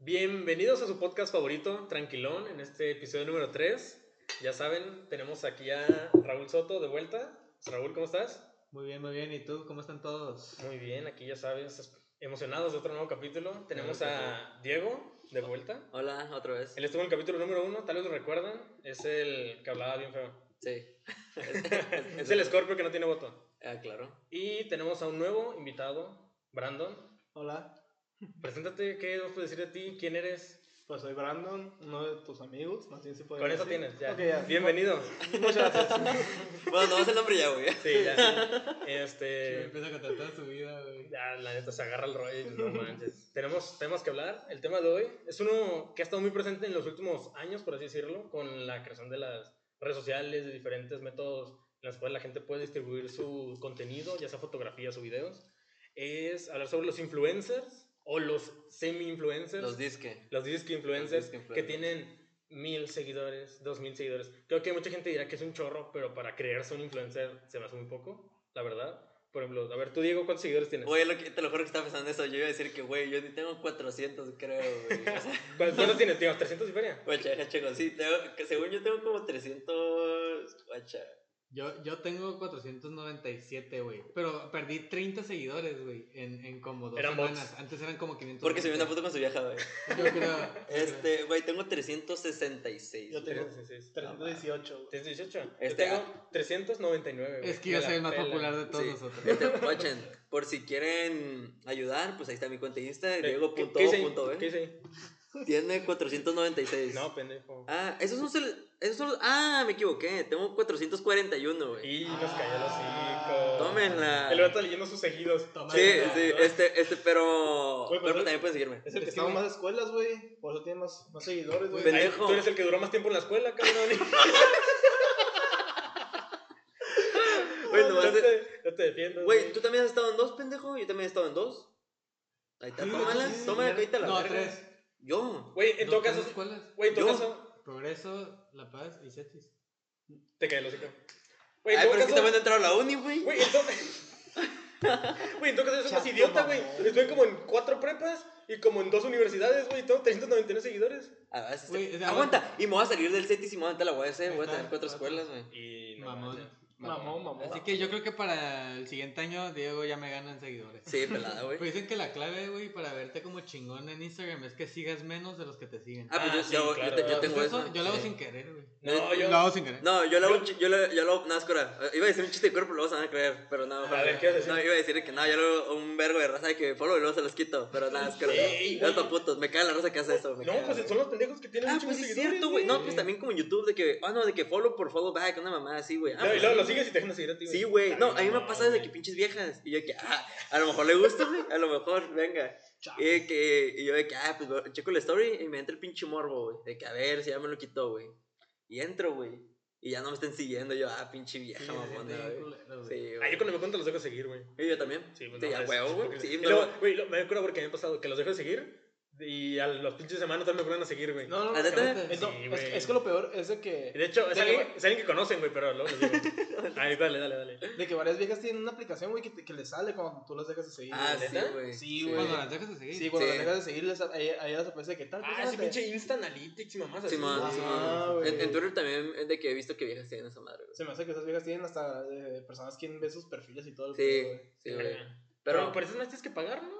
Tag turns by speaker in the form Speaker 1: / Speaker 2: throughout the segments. Speaker 1: Bienvenidos a su podcast favorito, Tranquilón, en este episodio número 3. Ya saben, tenemos aquí a Raúl Soto de vuelta. Raúl, ¿cómo estás?
Speaker 2: Muy bien, muy bien. ¿Y tú? ¿Cómo están todos?
Speaker 1: Muy bien, aquí ya sabes, emocionados de otro nuevo capítulo. Tenemos
Speaker 3: Claro que
Speaker 1: a Diego de vuelta.
Speaker 3: Hola, otra vez.
Speaker 1: Él estuvo en el capítulo número 1, tal vez lo recuerdan. Es el que hablaba bien feo.
Speaker 3: Sí.
Speaker 1: Es el Scorpio que no tiene voto.
Speaker 3: Ah, claro.
Speaker 1: Y tenemos a un nuevo invitado, Brandon.
Speaker 2: Hola,
Speaker 1: Preséntate, ¿qué nos puedes decir de ti? ¿Quién eres?
Speaker 2: pues soy Brandon, uno de tus amigos. Más bien se puede
Speaker 1: Con eso
Speaker 2: decir.
Speaker 1: tienes, Pues ya.
Speaker 2: Ok, ya.
Speaker 1: Bienvenido.
Speaker 2: Muchas gracias.
Speaker 3: Bueno, no es el nombre ya, güey.
Speaker 1: Sí, ya. Este.
Speaker 4: empieza a contar toda su vida, güey.
Speaker 1: Ya, la neta, se agarra el rollo y dices, no manches. Tenemos temas que hablar. El tema de hoy es uno que ha estado muy presente en los últimos años, por así decirlo, con la creación de las redes sociales, de diferentes métodos en los cuales la gente puede distribuir su contenido, ya sea fotografías o videos. Es hablar sobre los influencers o los semi-influencers.
Speaker 3: Los disque.
Speaker 1: los disque influencers
Speaker 3: Los disque
Speaker 1: que
Speaker 3: influencers.
Speaker 1: tienen mil seguidores, dos mil seguidores. Creo que mucha gente dirá que es un chorro, pero para creerse un influencer se me hace muy poco, la verdad. Por ejemplo, a ver, tú Diego, ¿cuántos seguidores tienes?
Speaker 3: Güey, lo que- te lo juro que estaba pensando eso. Yo iba a decir que, güey, yo ni tengo 400, creo, güey. O sea,
Speaker 1: ¿Cuál- ¿Cuántos tienes? Digamos, 300 y feria.
Speaker 3: güey, checa, checo, sí, tengo, que según yo tengo como 300. Guacha.
Speaker 4: Yo, yo tengo 497, güey. Pero perdí 30 seguidores, güey, en, en como dos
Speaker 1: Eran
Speaker 4: semanas.
Speaker 1: bots.
Speaker 4: Antes eran como 500.
Speaker 3: Porque subí una foto con su vieja, güey.
Speaker 4: Yo creo.
Speaker 3: Este, güey, tengo 366.
Speaker 2: Yo tengo
Speaker 1: 316.
Speaker 2: 318, güey.
Speaker 1: ¿Tienes 18?
Speaker 3: Este,
Speaker 1: yo tengo 399. güey.
Speaker 4: Es que
Speaker 1: Me
Speaker 4: yo
Speaker 1: la
Speaker 4: soy el más
Speaker 1: pela.
Speaker 4: popular de todos
Speaker 3: Sí.
Speaker 4: nosotros.
Speaker 3: Este, guachen, por si quieren ayudar, pues ahí está mi cuenta de Insta,
Speaker 1: Eh, ¿qué- qué hice ahí? ¿Qué
Speaker 3: Diego.o.b.
Speaker 1: hice ahí?
Speaker 3: Tiene 496.
Speaker 1: No, pendejo.
Speaker 3: Ah, esos son, cel- esos son los- Ah, me equivoqué. Tengo 441, güey.
Speaker 1: Y nos cayó los
Speaker 2: Ah.
Speaker 1: cinco.
Speaker 3: Tómenla.
Speaker 1: El vato leyendo sus seguidos.
Speaker 3: Sí,
Speaker 1: Tómenla.
Speaker 3: sí, este, este, pero.
Speaker 1: Güey, pues,
Speaker 3: pero
Speaker 1: ¿sabes?
Speaker 3: también pueden seguirme.
Speaker 1: Es el que
Speaker 2: Estamos
Speaker 1: sigue.
Speaker 2: más escuelas, güey. Por eso tiene más, más seguidores, güey.
Speaker 3: Pendejo.
Speaker 1: Ay, Tú eres el que duró más tiempo en la escuela, cabrón.
Speaker 3: Güey, nomás
Speaker 1: no,
Speaker 3: de-
Speaker 1: te, no te defiendas.
Speaker 3: Güey, tú también has estado en dos, pendejo. Yo también he estado en dos. Ahí está,
Speaker 4: Sí,
Speaker 3: tómala,
Speaker 4: sí, sí,
Speaker 3: tómala,
Speaker 4: sí.
Speaker 3: ahorita la
Speaker 4: No,
Speaker 3: verga.
Speaker 4: tres.
Speaker 3: Yo.
Speaker 1: Güey, en
Speaker 4: Dos,
Speaker 1: todo
Speaker 4: tres
Speaker 1: caso.
Speaker 4: escuelas.
Speaker 1: Güey, en todo
Speaker 3: Yo.
Speaker 1: caso.
Speaker 4: Progreso, La Paz y Cetis.
Speaker 1: Te cae el hocico. Güey, en
Speaker 3: Ay,
Speaker 1: todo
Speaker 3: pero es que
Speaker 1: caso.
Speaker 3: también he entrado a la uni, güey.
Speaker 1: Güey, entonces. Güey, entonces eres un más
Speaker 2: Chato,
Speaker 1: idiota, güey.
Speaker 2: mamón.
Speaker 1: Estuve como en cuatro prepas y como en dos universidades, güey. y Tengo 399 seguidores.
Speaker 3: A ver, si-
Speaker 4: Güey, o sea,
Speaker 3: aguanta. Y me voy a salir del CETIS y me voy a meter a la UAS. Voy a
Speaker 4: Está,
Speaker 3: tener cuatro
Speaker 4: está.
Speaker 3: escuelas, güey.
Speaker 1: Y no
Speaker 4: Mamón.
Speaker 1: manches.
Speaker 2: Mamón, mamón.
Speaker 4: Así que yo creo que para el siguiente año, Diego ya me gana en seguidores.
Speaker 3: Sí, pelada, güey.
Speaker 4: Pero dicen que la clave, güey, para verte como chingón en Instagram es que sigas menos de los que te siguen.
Speaker 3: Ah, pues
Speaker 1: Ah,
Speaker 3: yo,
Speaker 1: sí,
Speaker 3: yo- yo
Speaker 1: claro.
Speaker 3: te- yo
Speaker 1: Pues
Speaker 3: tengo
Speaker 4: eso,
Speaker 3: eso.
Speaker 4: yo lo hago
Speaker 3: sí.
Speaker 4: sin querer, güey.
Speaker 1: No, yo.
Speaker 4: Lo hago sin querer.
Speaker 3: No, yo lo hago, yo lo, yo lo hago, nada, es cura. Eh, Iba a decir un chiste de cuerpo, lo vas a van a creer, pero nada.
Speaker 1: A ver, ¿qué vas a decir?
Speaker 3: No, iba a decir que no, yo lo hago un vergo de raza de que me follow y luego se los quito, pero nada, es cura.
Speaker 1: Ey,
Speaker 3: No,
Speaker 1: güey.
Speaker 3: no, putos, me cae la raza que hace eso, me
Speaker 1: No,
Speaker 3: caga,
Speaker 1: pues
Speaker 3: güey.
Speaker 1: son los pendejos que tienen
Speaker 3: Ah,
Speaker 1: un chingo
Speaker 3: pues
Speaker 1: de
Speaker 3: sí es
Speaker 1: seguidores,
Speaker 3: cierto, güey. No, pues también como en YouTube de que, ah, no, de que follow por follow back, una mamada así, güey. Ah,
Speaker 1: No, y
Speaker 3: pues
Speaker 1: luego
Speaker 3: sí.
Speaker 1: lo sigues y te dejan de seguir a ti, Ah,
Speaker 3: Sí, güey. No, a mí me
Speaker 1: No,
Speaker 3: pasa desde
Speaker 1: güey.
Speaker 3: que pinches viejas. Y yo que, ah, a lo mejor le gusta, güey. A lo mejor, venga. Y, de que, y yo de que, ah, pues bueno, checo la story y me entra el pinche morbo, güey. De que, a ver, si ya me lo quitó, güey. Y entro, güey. Y ya no me están siguiendo. Yo, ah, pinche vieja,
Speaker 4: Sí, se siente
Speaker 3: mamona,
Speaker 4: bien
Speaker 3: güey.
Speaker 4: culero, güey.
Speaker 3: Sí,
Speaker 1: Ah, yo
Speaker 3: güey.
Speaker 1: cuando me cuento los dejo de seguir, güey.
Speaker 3: Y yo también. Sí,
Speaker 1: Sí, pues,
Speaker 3: a
Speaker 1: es-
Speaker 3: huevo, güey.
Speaker 1: porque-
Speaker 3: Sí,
Speaker 1: y
Speaker 3: no,
Speaker 1: luego, güey, lo- me acuerdo porque me ha pasado que los dejo de seguir y a los pinches semanas también me vuelven a seguir, güey.
Speaker 2: No, no, no.
Speaker 3: ¿La neta?
Speaker 2: cállate. Eso-
Speaker 1: Sí,
Speaker 2: es,
Speaker 1: güey.
Speaker 2: es que lo peor es de que.
Speaker 1: Y De hecho, es
Speaker 2: de
Speaker 1: alguien,
Speaker 2: que,
Speaker 1: es alguien que conocen, güey, pero luego les digo. Ay, dale, dale, dale.
Speaker 2: de que varias viejas tienen una aplicación, güey, que, te- que les sale cuando tú las dejas de seguir.
Speaker 3: ah,
Speaker 2: güey.
Speaker 3: sí,
Speaker 1: ¿neta?
Speaker 3: güey.
Speaker 2: Sí, güey.
Speaker 4: Cuando las dejas de seguir.
Speaker 2: Sí, cuando
Speaker 3: Sí.
Speaker 2: las dejas de seguir, les, ahí, ahí les aparece que tal. pues,
Speaker 1: Ah,
Speaker 2: persona
Speaker 1: ese
Speaker 2: te-
Speaker 1: pinche Insta Analytics y mamás así.
Speaker 3: Sí, man, sí,
Speaker 2: Ah,
Speaker 3: man.
Speaker 2: güey.
Speaker 3: En, en Twitter también es de que he visto que viejas tienen esa madre, güey.
Speaker 2: Se me hace que esas viejas tienen hasta eh, personas que ven sus perfiles y todo. el pedo,
Speaker 3: Sí,
Speaker 2: güey.
Speaker 3: sí, güey.
Speaker 1: Pero
Speaker 3: Pero,
Speaker 1: por eso no tienes que pagar, ¿no?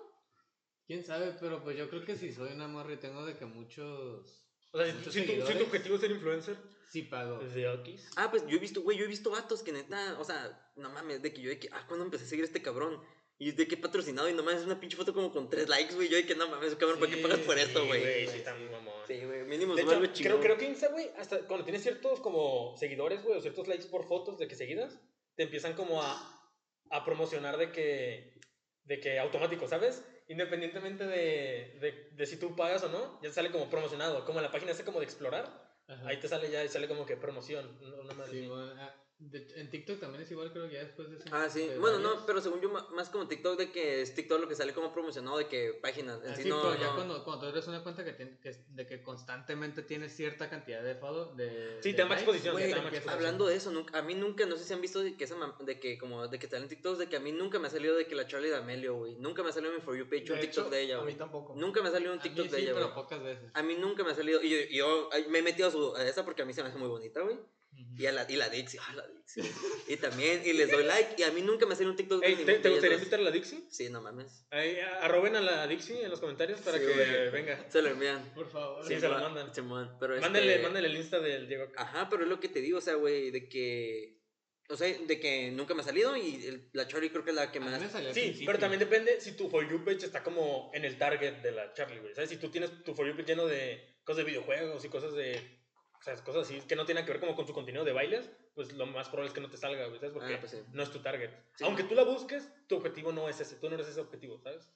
Speaker 4: Quién sabe, pero pues yo creo que si soy una morra y tengo de que muchos.
Speaker 1: O sea, si,
Speaker 4: muchos
Speaker 1: si tu, si tu
Speaker 4: seguidores, Pues
Speaker 1: objetivo es ser influencer,
Speaker 4: Sí pago.
Speaker 1: desde Oquis.
Speaker 3: Ah, pues yo he visto, güey, yo he visto vatos que neta, o sea, no mames, de que yo de que, ah, cuando empecé a seguir a este cabrón? Y de que patrocinado y no mames, es una pinche foto como con tres likes, güey, yo de que no mames, cabrón, ¿por qué
Speaker 4: Sí,
Speaker 3: pagas por esto, güey?
Speaker 1: Sí, está muy mamón.
Speaker 3: Sí, güey, mínimo
Speaker 1: De
Speaker 3: sube
Speaker 1: hecho,
Speaker 3: algo chingón.
Speaker 1: creo, creo que Insta, güey, hasta cuando tienes ciertos como seguidores, güey, o ciertos likes por fotos de que seguidas, te empiezan como a, a promocionar de que, de que automático, ¿sabes? Independientemente de, de, de si tú pagas o no, ya te sale como promocionado. Como en la página esa como de explorar,
Speaker 4: Ajá.
Speaker 1: ahí te sale ya y sale como que promoción. No, no madre
Speaker 4: Sí,
Speaker 1: mía.
Speaker 4: bueno, ah, De- en TikTok también es igual, creo que ya después de eso.
Speaker 3: Ah, sí.
Speaker 4: de
Speaker 3: Bueno, no,
Speaker 4: varios.
Speaker 3: pero según yo, ma- más como TikTok, de que es TikTok lo que sale como promocionado, de que páginas. En
Speaker 4: Ah,
Speaker 3: sí,
Speaker 4: sí,
Speaker 3: no.
Speaker 4: pero ya
Speaker 3: no.
Speaker 4: cuando, cuando tú eres una cuenta que tiene, que, es- de que constantemente tienes cierta cantidad de follow, de.
Speaker 1: Sí,
Speaker 4: de
Speaker 1: te da más
Speaker 4: likes,
Speaker 1: exposición,
Speaker 3: Güey,
Speaker 1: sí,
Speaker 4: te da
Speaker 1: más
Speaker 4: más
Speaker 3: hablando de eso, nunca- a mí nunca, no sé si han visto de que, esa, mam- de que como de que salen TikToks, de que a mí nunca me ha salido de que la Charlie D'Amelio, güey. Nunca me ha salido mi For You page, un
Speaker 2: De
Speaker 3: TikTok
Speaker 2: hecho,
Speaker 3: de ella,
Speaker 2: A mí
Speaker 3: güey.
Speaker 2: tampoco.
Speaker 3: Nunca me ha salido un
Speaker 4: A mí
Speaker 3: TikTok de
Speaker 4: sí,
Speaker 3: ella,
Speaker 4: pero
Speaker 3: güey.
Speaker 4: pocas veces.
Speaker 3: A mí nunca me ha salido. Y yo, y yo ay, me he metido a, su, a esa porque a mí se me hace muy bonita, güey.
Speaker 4: Ujú.
Speaker 3: Y, a la, y la Dixie, ah, la Dixie. y también, y les doy like. Y a mí nunca me ha salido un TikTok de
Speaker 1: Ey,
Speaker 3: ningún
Speaker 1: ¿te,
Speaker 3: de
Speaker 1: te
Speaker 3: ellas
Speaker 1: gustaría
Speaker 3: dos.
Speaker 1: invitar a la Dixie?
Speaker 3: Sí, no mames.
Speaker 1: Ahí, a- arroben a la Dixie en los comentarios para
Speaker 3: Sí,
Speaker 1: que
Speaker 3: güey.
Speaker 1: venga.
Speaker 3: Se lo envían.
Speaker 4: Por favor.
Speaker 1: Sí, se lo mandan.
Speaker 3: Simón, pero
Speaker 1: Mándale,
Speaker 3: este-
Speaker 1: mándale el Insta del Diego. acá.
Speaker 3: Ajá, pero es lo que te digo, o sea, güey, de que. O sea, de que nunca me ha salido y el- la Charlie creo que es la
Speaker 1: Ah,
Speaker 3: que
Speaker 4: A mí
Speaker 3: más.
Speaker 4: me salió al
Speaker 1: Sí,
Speaker 4: principio.
Speaker 1: pero también depende si tu For You page está como en el target de la Charlie, güey. ¿Sabes? Si tú tienes tu For You page lleno de cosas de videojuegos y cosas de. O sea, cosas así que no tienen que ver como con su contenido de bailes, pues lo más probable es que no te salga, güey. ¿Sabes? Porque
Speaker 3: Ah, pues sí.
Speaker 1: no es tu target.
Speaker 3: Sí.
Speaker 1: Aunque tú la busques, tu objetivo no es ese. Tú no eres ese objetivo, ¿sabes?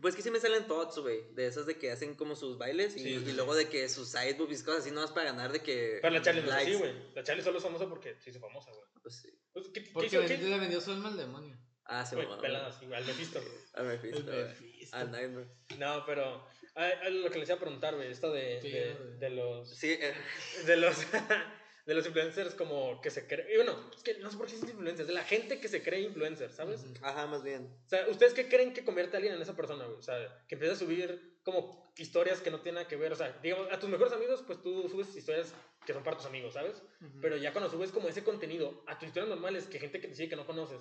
Speaker 3: Pues que sí me salen tots, güey. De esas de que hacen como sus bailes y,
Speaker 1: Sí, sí,
Speaker 3: y
Speaker 1: sí.
Speaker 3: luego de que sus side boobs y cosas así nomás para ganar de que.
Speaker 1: Pero la Charlie no es así,
Speaker 3: likes.
Speaker 1: güey. La Charlie solo es famosa porque se hizo famosa, güey.
Speaker 3: Pues sí.
Speaker 1: Pues, ¿Qué, qué
Speaker 4: Porque
Speaker 1: hizo? ¿Qué?
Speaker 4: vendió- le vendió su alma al demonio.
Speaker 3: Ah, se
Speaker 1: Güey,
Speaker 3: mamó.
Speaker 1: pelada, sí, güey, al Mephisto, güey.
Speaker 3: Al Mephisto,
Speaker 4: El
Speaker 3: güey.
Speaker 4: Mephisto.
Speaker 3: Al Nightmare.
Speaker 1: No, pero a- a lo que les iba a preguntar, güey, esto de,
Speaker 4: Sí,
Speaker 1: de-
Speaker 4: güey.
Speaker 1: de los
Speaker 3: Sí, eh,
Speaker 1: de los de los influencers como que se creen, bueno, es que no sé por qué es influencers, de la gente que se cree influencer, ¿sabes?
Speaker 4: Ujú.
Speaker 3: ajá, más bien.
Speaker 1: O sea, ¿ustedes qué creen que convierte a alguien en esa persona, güey? O sea, que empieza a subir como historias que no tienen nada que ver, o sea, digamos, a tus mejores amigos, pues tú subes historias que son para tus amigos, ¿sabes?
Speaker 4: Ujú.
Speaker 1: Pero ya cuando subes como ese contenido a tus historias normales, que gente que te sigue que no conoces,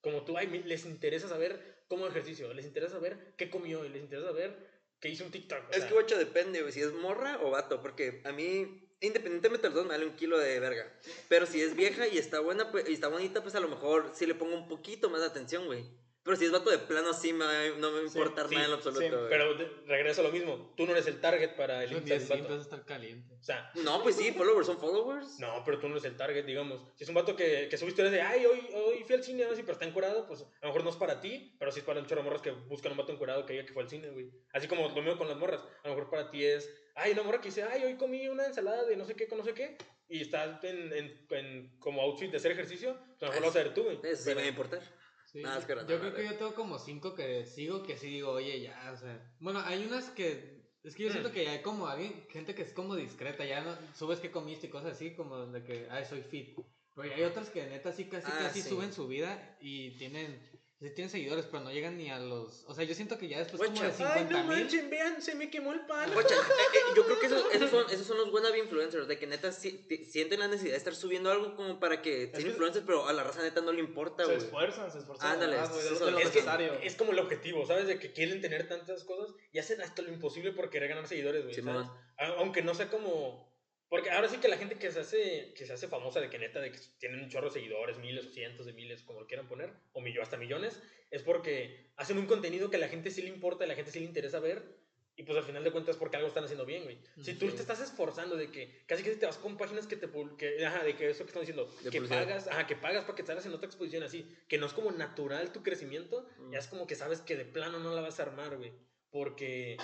Speaker 1: como tú, ay, me- les interesa saber cómo ejercicio, les interesa saber qué comió y les interesa saber qué hizo un TikTok. o
Speaker 3: Es
Speaker 1: sea,
Speaker 3: que, guacho, depende, güey, si es morra o vato, porque a mí, independientemente de los dos, me vale un kilo de verga. Pero si es vieja y está buena, pues- y está bonita, pues a lo mejor sí le pongo un poquito más de atención, güey. Pero si es vato de plano, sí me, va- no me va a
Speaker 1: Sí,
Speaker 3: importar
Speaker 1: sí,
Speaker 3: nada en lo absoluto,
Speaker 2: sí,
Speaker 3: güey.
Speaker 1: Pero de- regreso a lo mismo, tú no eres el target para el
Speaker 4: Los
Speaker 1: Insta del
Speaker 4: días
Speaker 1: vato.
Speaker 4: siguientes estar caliente.
Speaker 1: O sea,
Speaker 3: No, pues sí, followers son followers.
Speaker 1: no, pero tú no eres el target, digamos. Si es un vato que, que sube historias de, ay, hoy, hoy fui al cine, ahora sí, pero está encurado, pues a lo mejor no es para ti, pero sí es para un chorro de morras que buscan un vato encurado que diga que fue al cine, güey. Así como lo mismo con las morras. A lo mejor para ti es, ay, una morra que dice, ay, hoy comí una ensalada de no sé qué con no sé qué, y está en, en, en como outfit de hacer ejercicio, pues a lo mejor lo vas a hacer tú, güey.
Speaker 3: Eso sí
Speaker 1: Pero-
Speaker 3: me va a importar.
Speaker 4: Sí,
Speaker 3: Nada, es que
Speaker 4: yo
Speaker 3: no,
Speaker 4: creo
Speaker 3: no,
Speaker 4: que
Speaker 3: no.
Speaker 4: yo tengo como cinco que sigo que sí digo, oye, ya, o sea. Bueno, hay unas que. Es que yo siento
Speaker 1: Mm.
Speaker 4: que hay como alguien, gente que es como discreta, ya no subes que comiste y cosas así, como de que, ay, soy fit. Pero hay otras que neta sí casi
Speaker 3: Ah,
Speaker 4: casi
Speaker 3: sí.
Speaker 4: suben su vida y tienen, sí tienen seguidores, pero no llegan ni a los. O sea, yo siento que ya después como de
Speaker 3: Guacha,
Speaker 4: 50 mil.
Speaker 1: vean, se me quemó el pan.
Speaker 3: Guacha, eh, eh, yo creo que esos, esos son, esos son los wannabe influencers, de que neta sí- ti- sienten la necesidad de estar subiendo algo como para que sean
Speaker 2: que-
Speaker 3: influencers, pero a la raza neta no le importa,
Speaker 2: Se
Speaker 3: güey.
Speaker 2: esfuerzan, se esfuerzan.
Speaker 3: Ándale,
Speaker 2: más, güey, de
Speaker 3: eso
Speaker 2: lo-
Speaker 3: es
Speaker 2: de
Speaker 3: lo
Speaker 2: lo
Speaker 1: Es que
Speaker 2: necesario.
Speaker 1: es como el objetivo, ¿sabes? De que quieren tener tantas cosas y hacen hasta lo imposible por querer ganar seguidores, güey.
Speaker 3: Simón.
Speaker 1: ¿sabes? A- Aunque no sea como. Porque ahora sí que la gente que se hace, que se hace famosa de que neta, de que tienen un chorro de seguidores, miles o cientos de miles, como lo quieran poner, o millo, hasta millones, es porque hacen un contenido que a la gente sí le importa, a la gente sí le interesa ver, y pues al final de cuentas es porque algo están haciendo bien, güey.
Speaker 3: Mm,
Speaker 1: Si tú
Speaker 4: Ujú.
Speaker 1: te estás esforzando de que casi que te vas con páginas que te pub- que, ajá, de que eso que están diciendo,
Speaker 3: De
Speaker 1: que
Speaker 3: publicidad.
Speaker 1: pagas, ajá, que pagas para que salgas en otra exposición así, que no es como natural tu crecimiento,
Speaker 3: Mm.
Speaker 1: ya es como que sabes que de plano no la vas a armar, güey, porque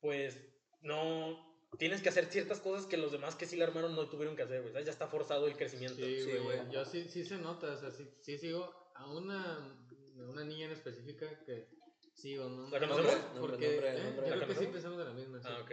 Speaker 1: pues no tienes que hacer ciertas cosas que los demás que sí la armaron no tuvieron que hacer, güey. ¿sabes? Ya está forzado el crecimiento.
Speaker 4: Sí,
Speaker 3: Sí,
Speaker 4: güey.
Speaker 3: güey.
Speaker 4: Yo sí, sí se nota, o sea, sí, sí sigo a una, a una niña en específica que sigo, ¿no?
Speaker 1: ¿La conocemos?
Speaker 4: Porque,
Speaker 3: Nombre,
Speaker 4: porque
Speaker 3: nombre,
Speaker 4: ¿eh?
Speaker 3: nombre.
Speaker 4: yo
Speaker 1: ¿La
Speaker 4: creo que sí
Speaker 1: conocemos?
Speaker 4: pensamos de la misma. sí.
Speaker 1: Ah, ok.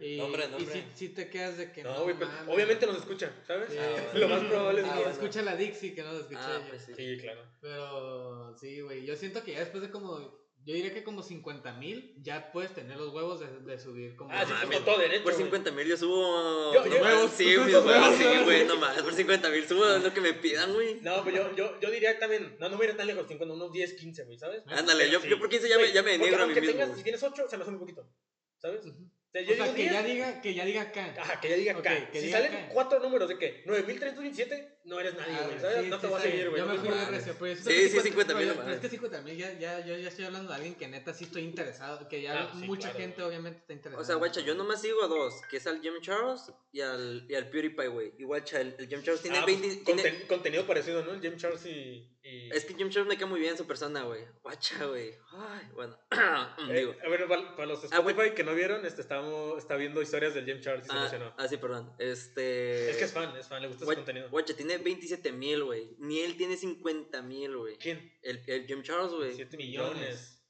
Speaker 2: Sí.
Speaker 4: Y,
Speaker 3: Nombre,
Speaker 4: y
Speaker 3: nombre.
Speaker 4: si, si te quedas de que
Speaker 1: No, güey, pero
Speaker 4: mames.
Speaker 1: obviamente nos escucha, ¿sabes?
Speaker 4: Sí.
Speaker 3: Ah,
Speaker 1: Lo más probable es
Speaker 4: Ah,
Speaker 1: que
Speaker 3: Ah, bueno.
Speaker 4: Escucha la Dixie que no la escuché
Speaker 3: Ah,
Speaker 4: yo.
Speaker 3: pues sí.
Speaker 1: Sí, claro.
Speaker 4: Pero sí, güey, yo siento que ya después de como, yo diría que como 50 mil, ya puedes tener los huevos de, de subir como...
Speaker 1: Ah, sí,
Speaker 3: mames.
Speaker 1: pues, todo derecho.
Speaker 3: Por
Speaker 1: güey.
Speaker 3: 50 mil yo subo.
Speaker 1: Yo-
Speaker 3: no
Speaker 1: yo-
Speaker 3: mames,
Speaker 4: huevos,
Speaker 3: sí,
Speaker 4: tus
Speaker 3: mis
Speaker 4: huevos,
Speaker 3: huevos, sí,
Speaker 4: huevos.
Speaker 3: güey, no mames. Por 50 mil subo lo que me pidan, güey.
Speaker 1: No, pero yo, yo, yo diría también, no, no me iría tan lejos, 50, unos 10, 15, güey, ¿sabes?
Speaker 3: Ándale, yo,
Speaker 1: Sí.
Speaker 3: yo por 15 ya me, ya me
Speaker 1: Porque
Speaker 3: denigro a mí
Speaker 1: aunque
Speaker 3: mismo.
Speaker 1: tengas, si
Speaker 3: güey.
Speaker 1: tienes 8, se me hace muy poquito, ¿sabes? O
Speaker 4: Ujú.
Speaker 1: sea, yo
Speaker 4: O
Speaker 1: digo
Speaker 4: sea,
Speaker 1: Ah,
Speaker 4: que ya
Speaker 1: 10,
Speaker 4: diga, que ya diga acá.
Speaker 1: Ajá, que ya diga
Speaker 4: Ok,
Speaker 1: acá.
Speaker 4: que
Speaker 1: si
Speaker 4: diga
Speaker 1: salen
Speaker 4: acá.
Speaker 1: cuatro números de que 9327, no eres nadie,
Speaker 4: Ah,
Speaker 1: güey,
Speaker 4: güey,
Speaker 1: ¿sabes?
Speaker 4: sí,
Speaker 1: no te
Speaker 4: sí,
Speaker 1: voy a
Speaker 4: sí,
Speaker 1: seguir, güey.
Speaker 4: Yo me
Speaker 1: no
Speaker 4: fui de
Speaker 1: mames.
Speaker 4: recio, pero yo
Speaker 3: Sí,
Speaker 4: siento que
Speaker 3: sí, 50,000
Speaker 4: pero yo-
Speaker 3: nomás.
Speaker 4: pero es que 50 mil, ya, ya, yo ya estoy hablando de alguien que neta sí estoy interesado, que ya
Speaker 1: Ah, sí,
Speaker 4: mucha
Speaker 1: claro,
Speaker 4: gente
Speaker 1: güey.
Speaker 4: obviamente está interesada.
Speaker 3: O sea, guacha, yo nomás sigo a dos, que es al Jim Charles y al, y al PewDiePie, güey. Y guacha, el, el Jim Charles tiene
Speaker 1: Ah, pues,
Speaker 3: 20...
Speaker 1: conten-
Speaker 3: tiene-
Speaker 1: Contenido parecido, ¿no? El James Charles y... y-
Speaker 3: Es que Jim Charles me cae muy bien su persona, güey. Guacha, güey. Ay, bueno.
Speaker 1: Eh,
Speaker 3: Digo.
Speaker 1: bueno, para, para los
Speaker 3: Ah, güey.
Speaker 1: Spotify que no vieron, este, estamos, está viendo historias del James Charles y se
Speaker 3: Ah,
Speaker 1: emocionó.
Speaker 3: ah, sí, perdón. Este...
Speaker 1: Es que es fan, es fan, le gusta su
Speaker 3: Guacha,
Speaker 1: contenido.
Speaker 3: guacha, tiene tiene 27 mil, güey. Ni él tiene 50 mil, güey.
Speaker 1: ¿Quién?
Speaker 3: El, el Jim Charles, güey.
Speaker 1: 7 millones.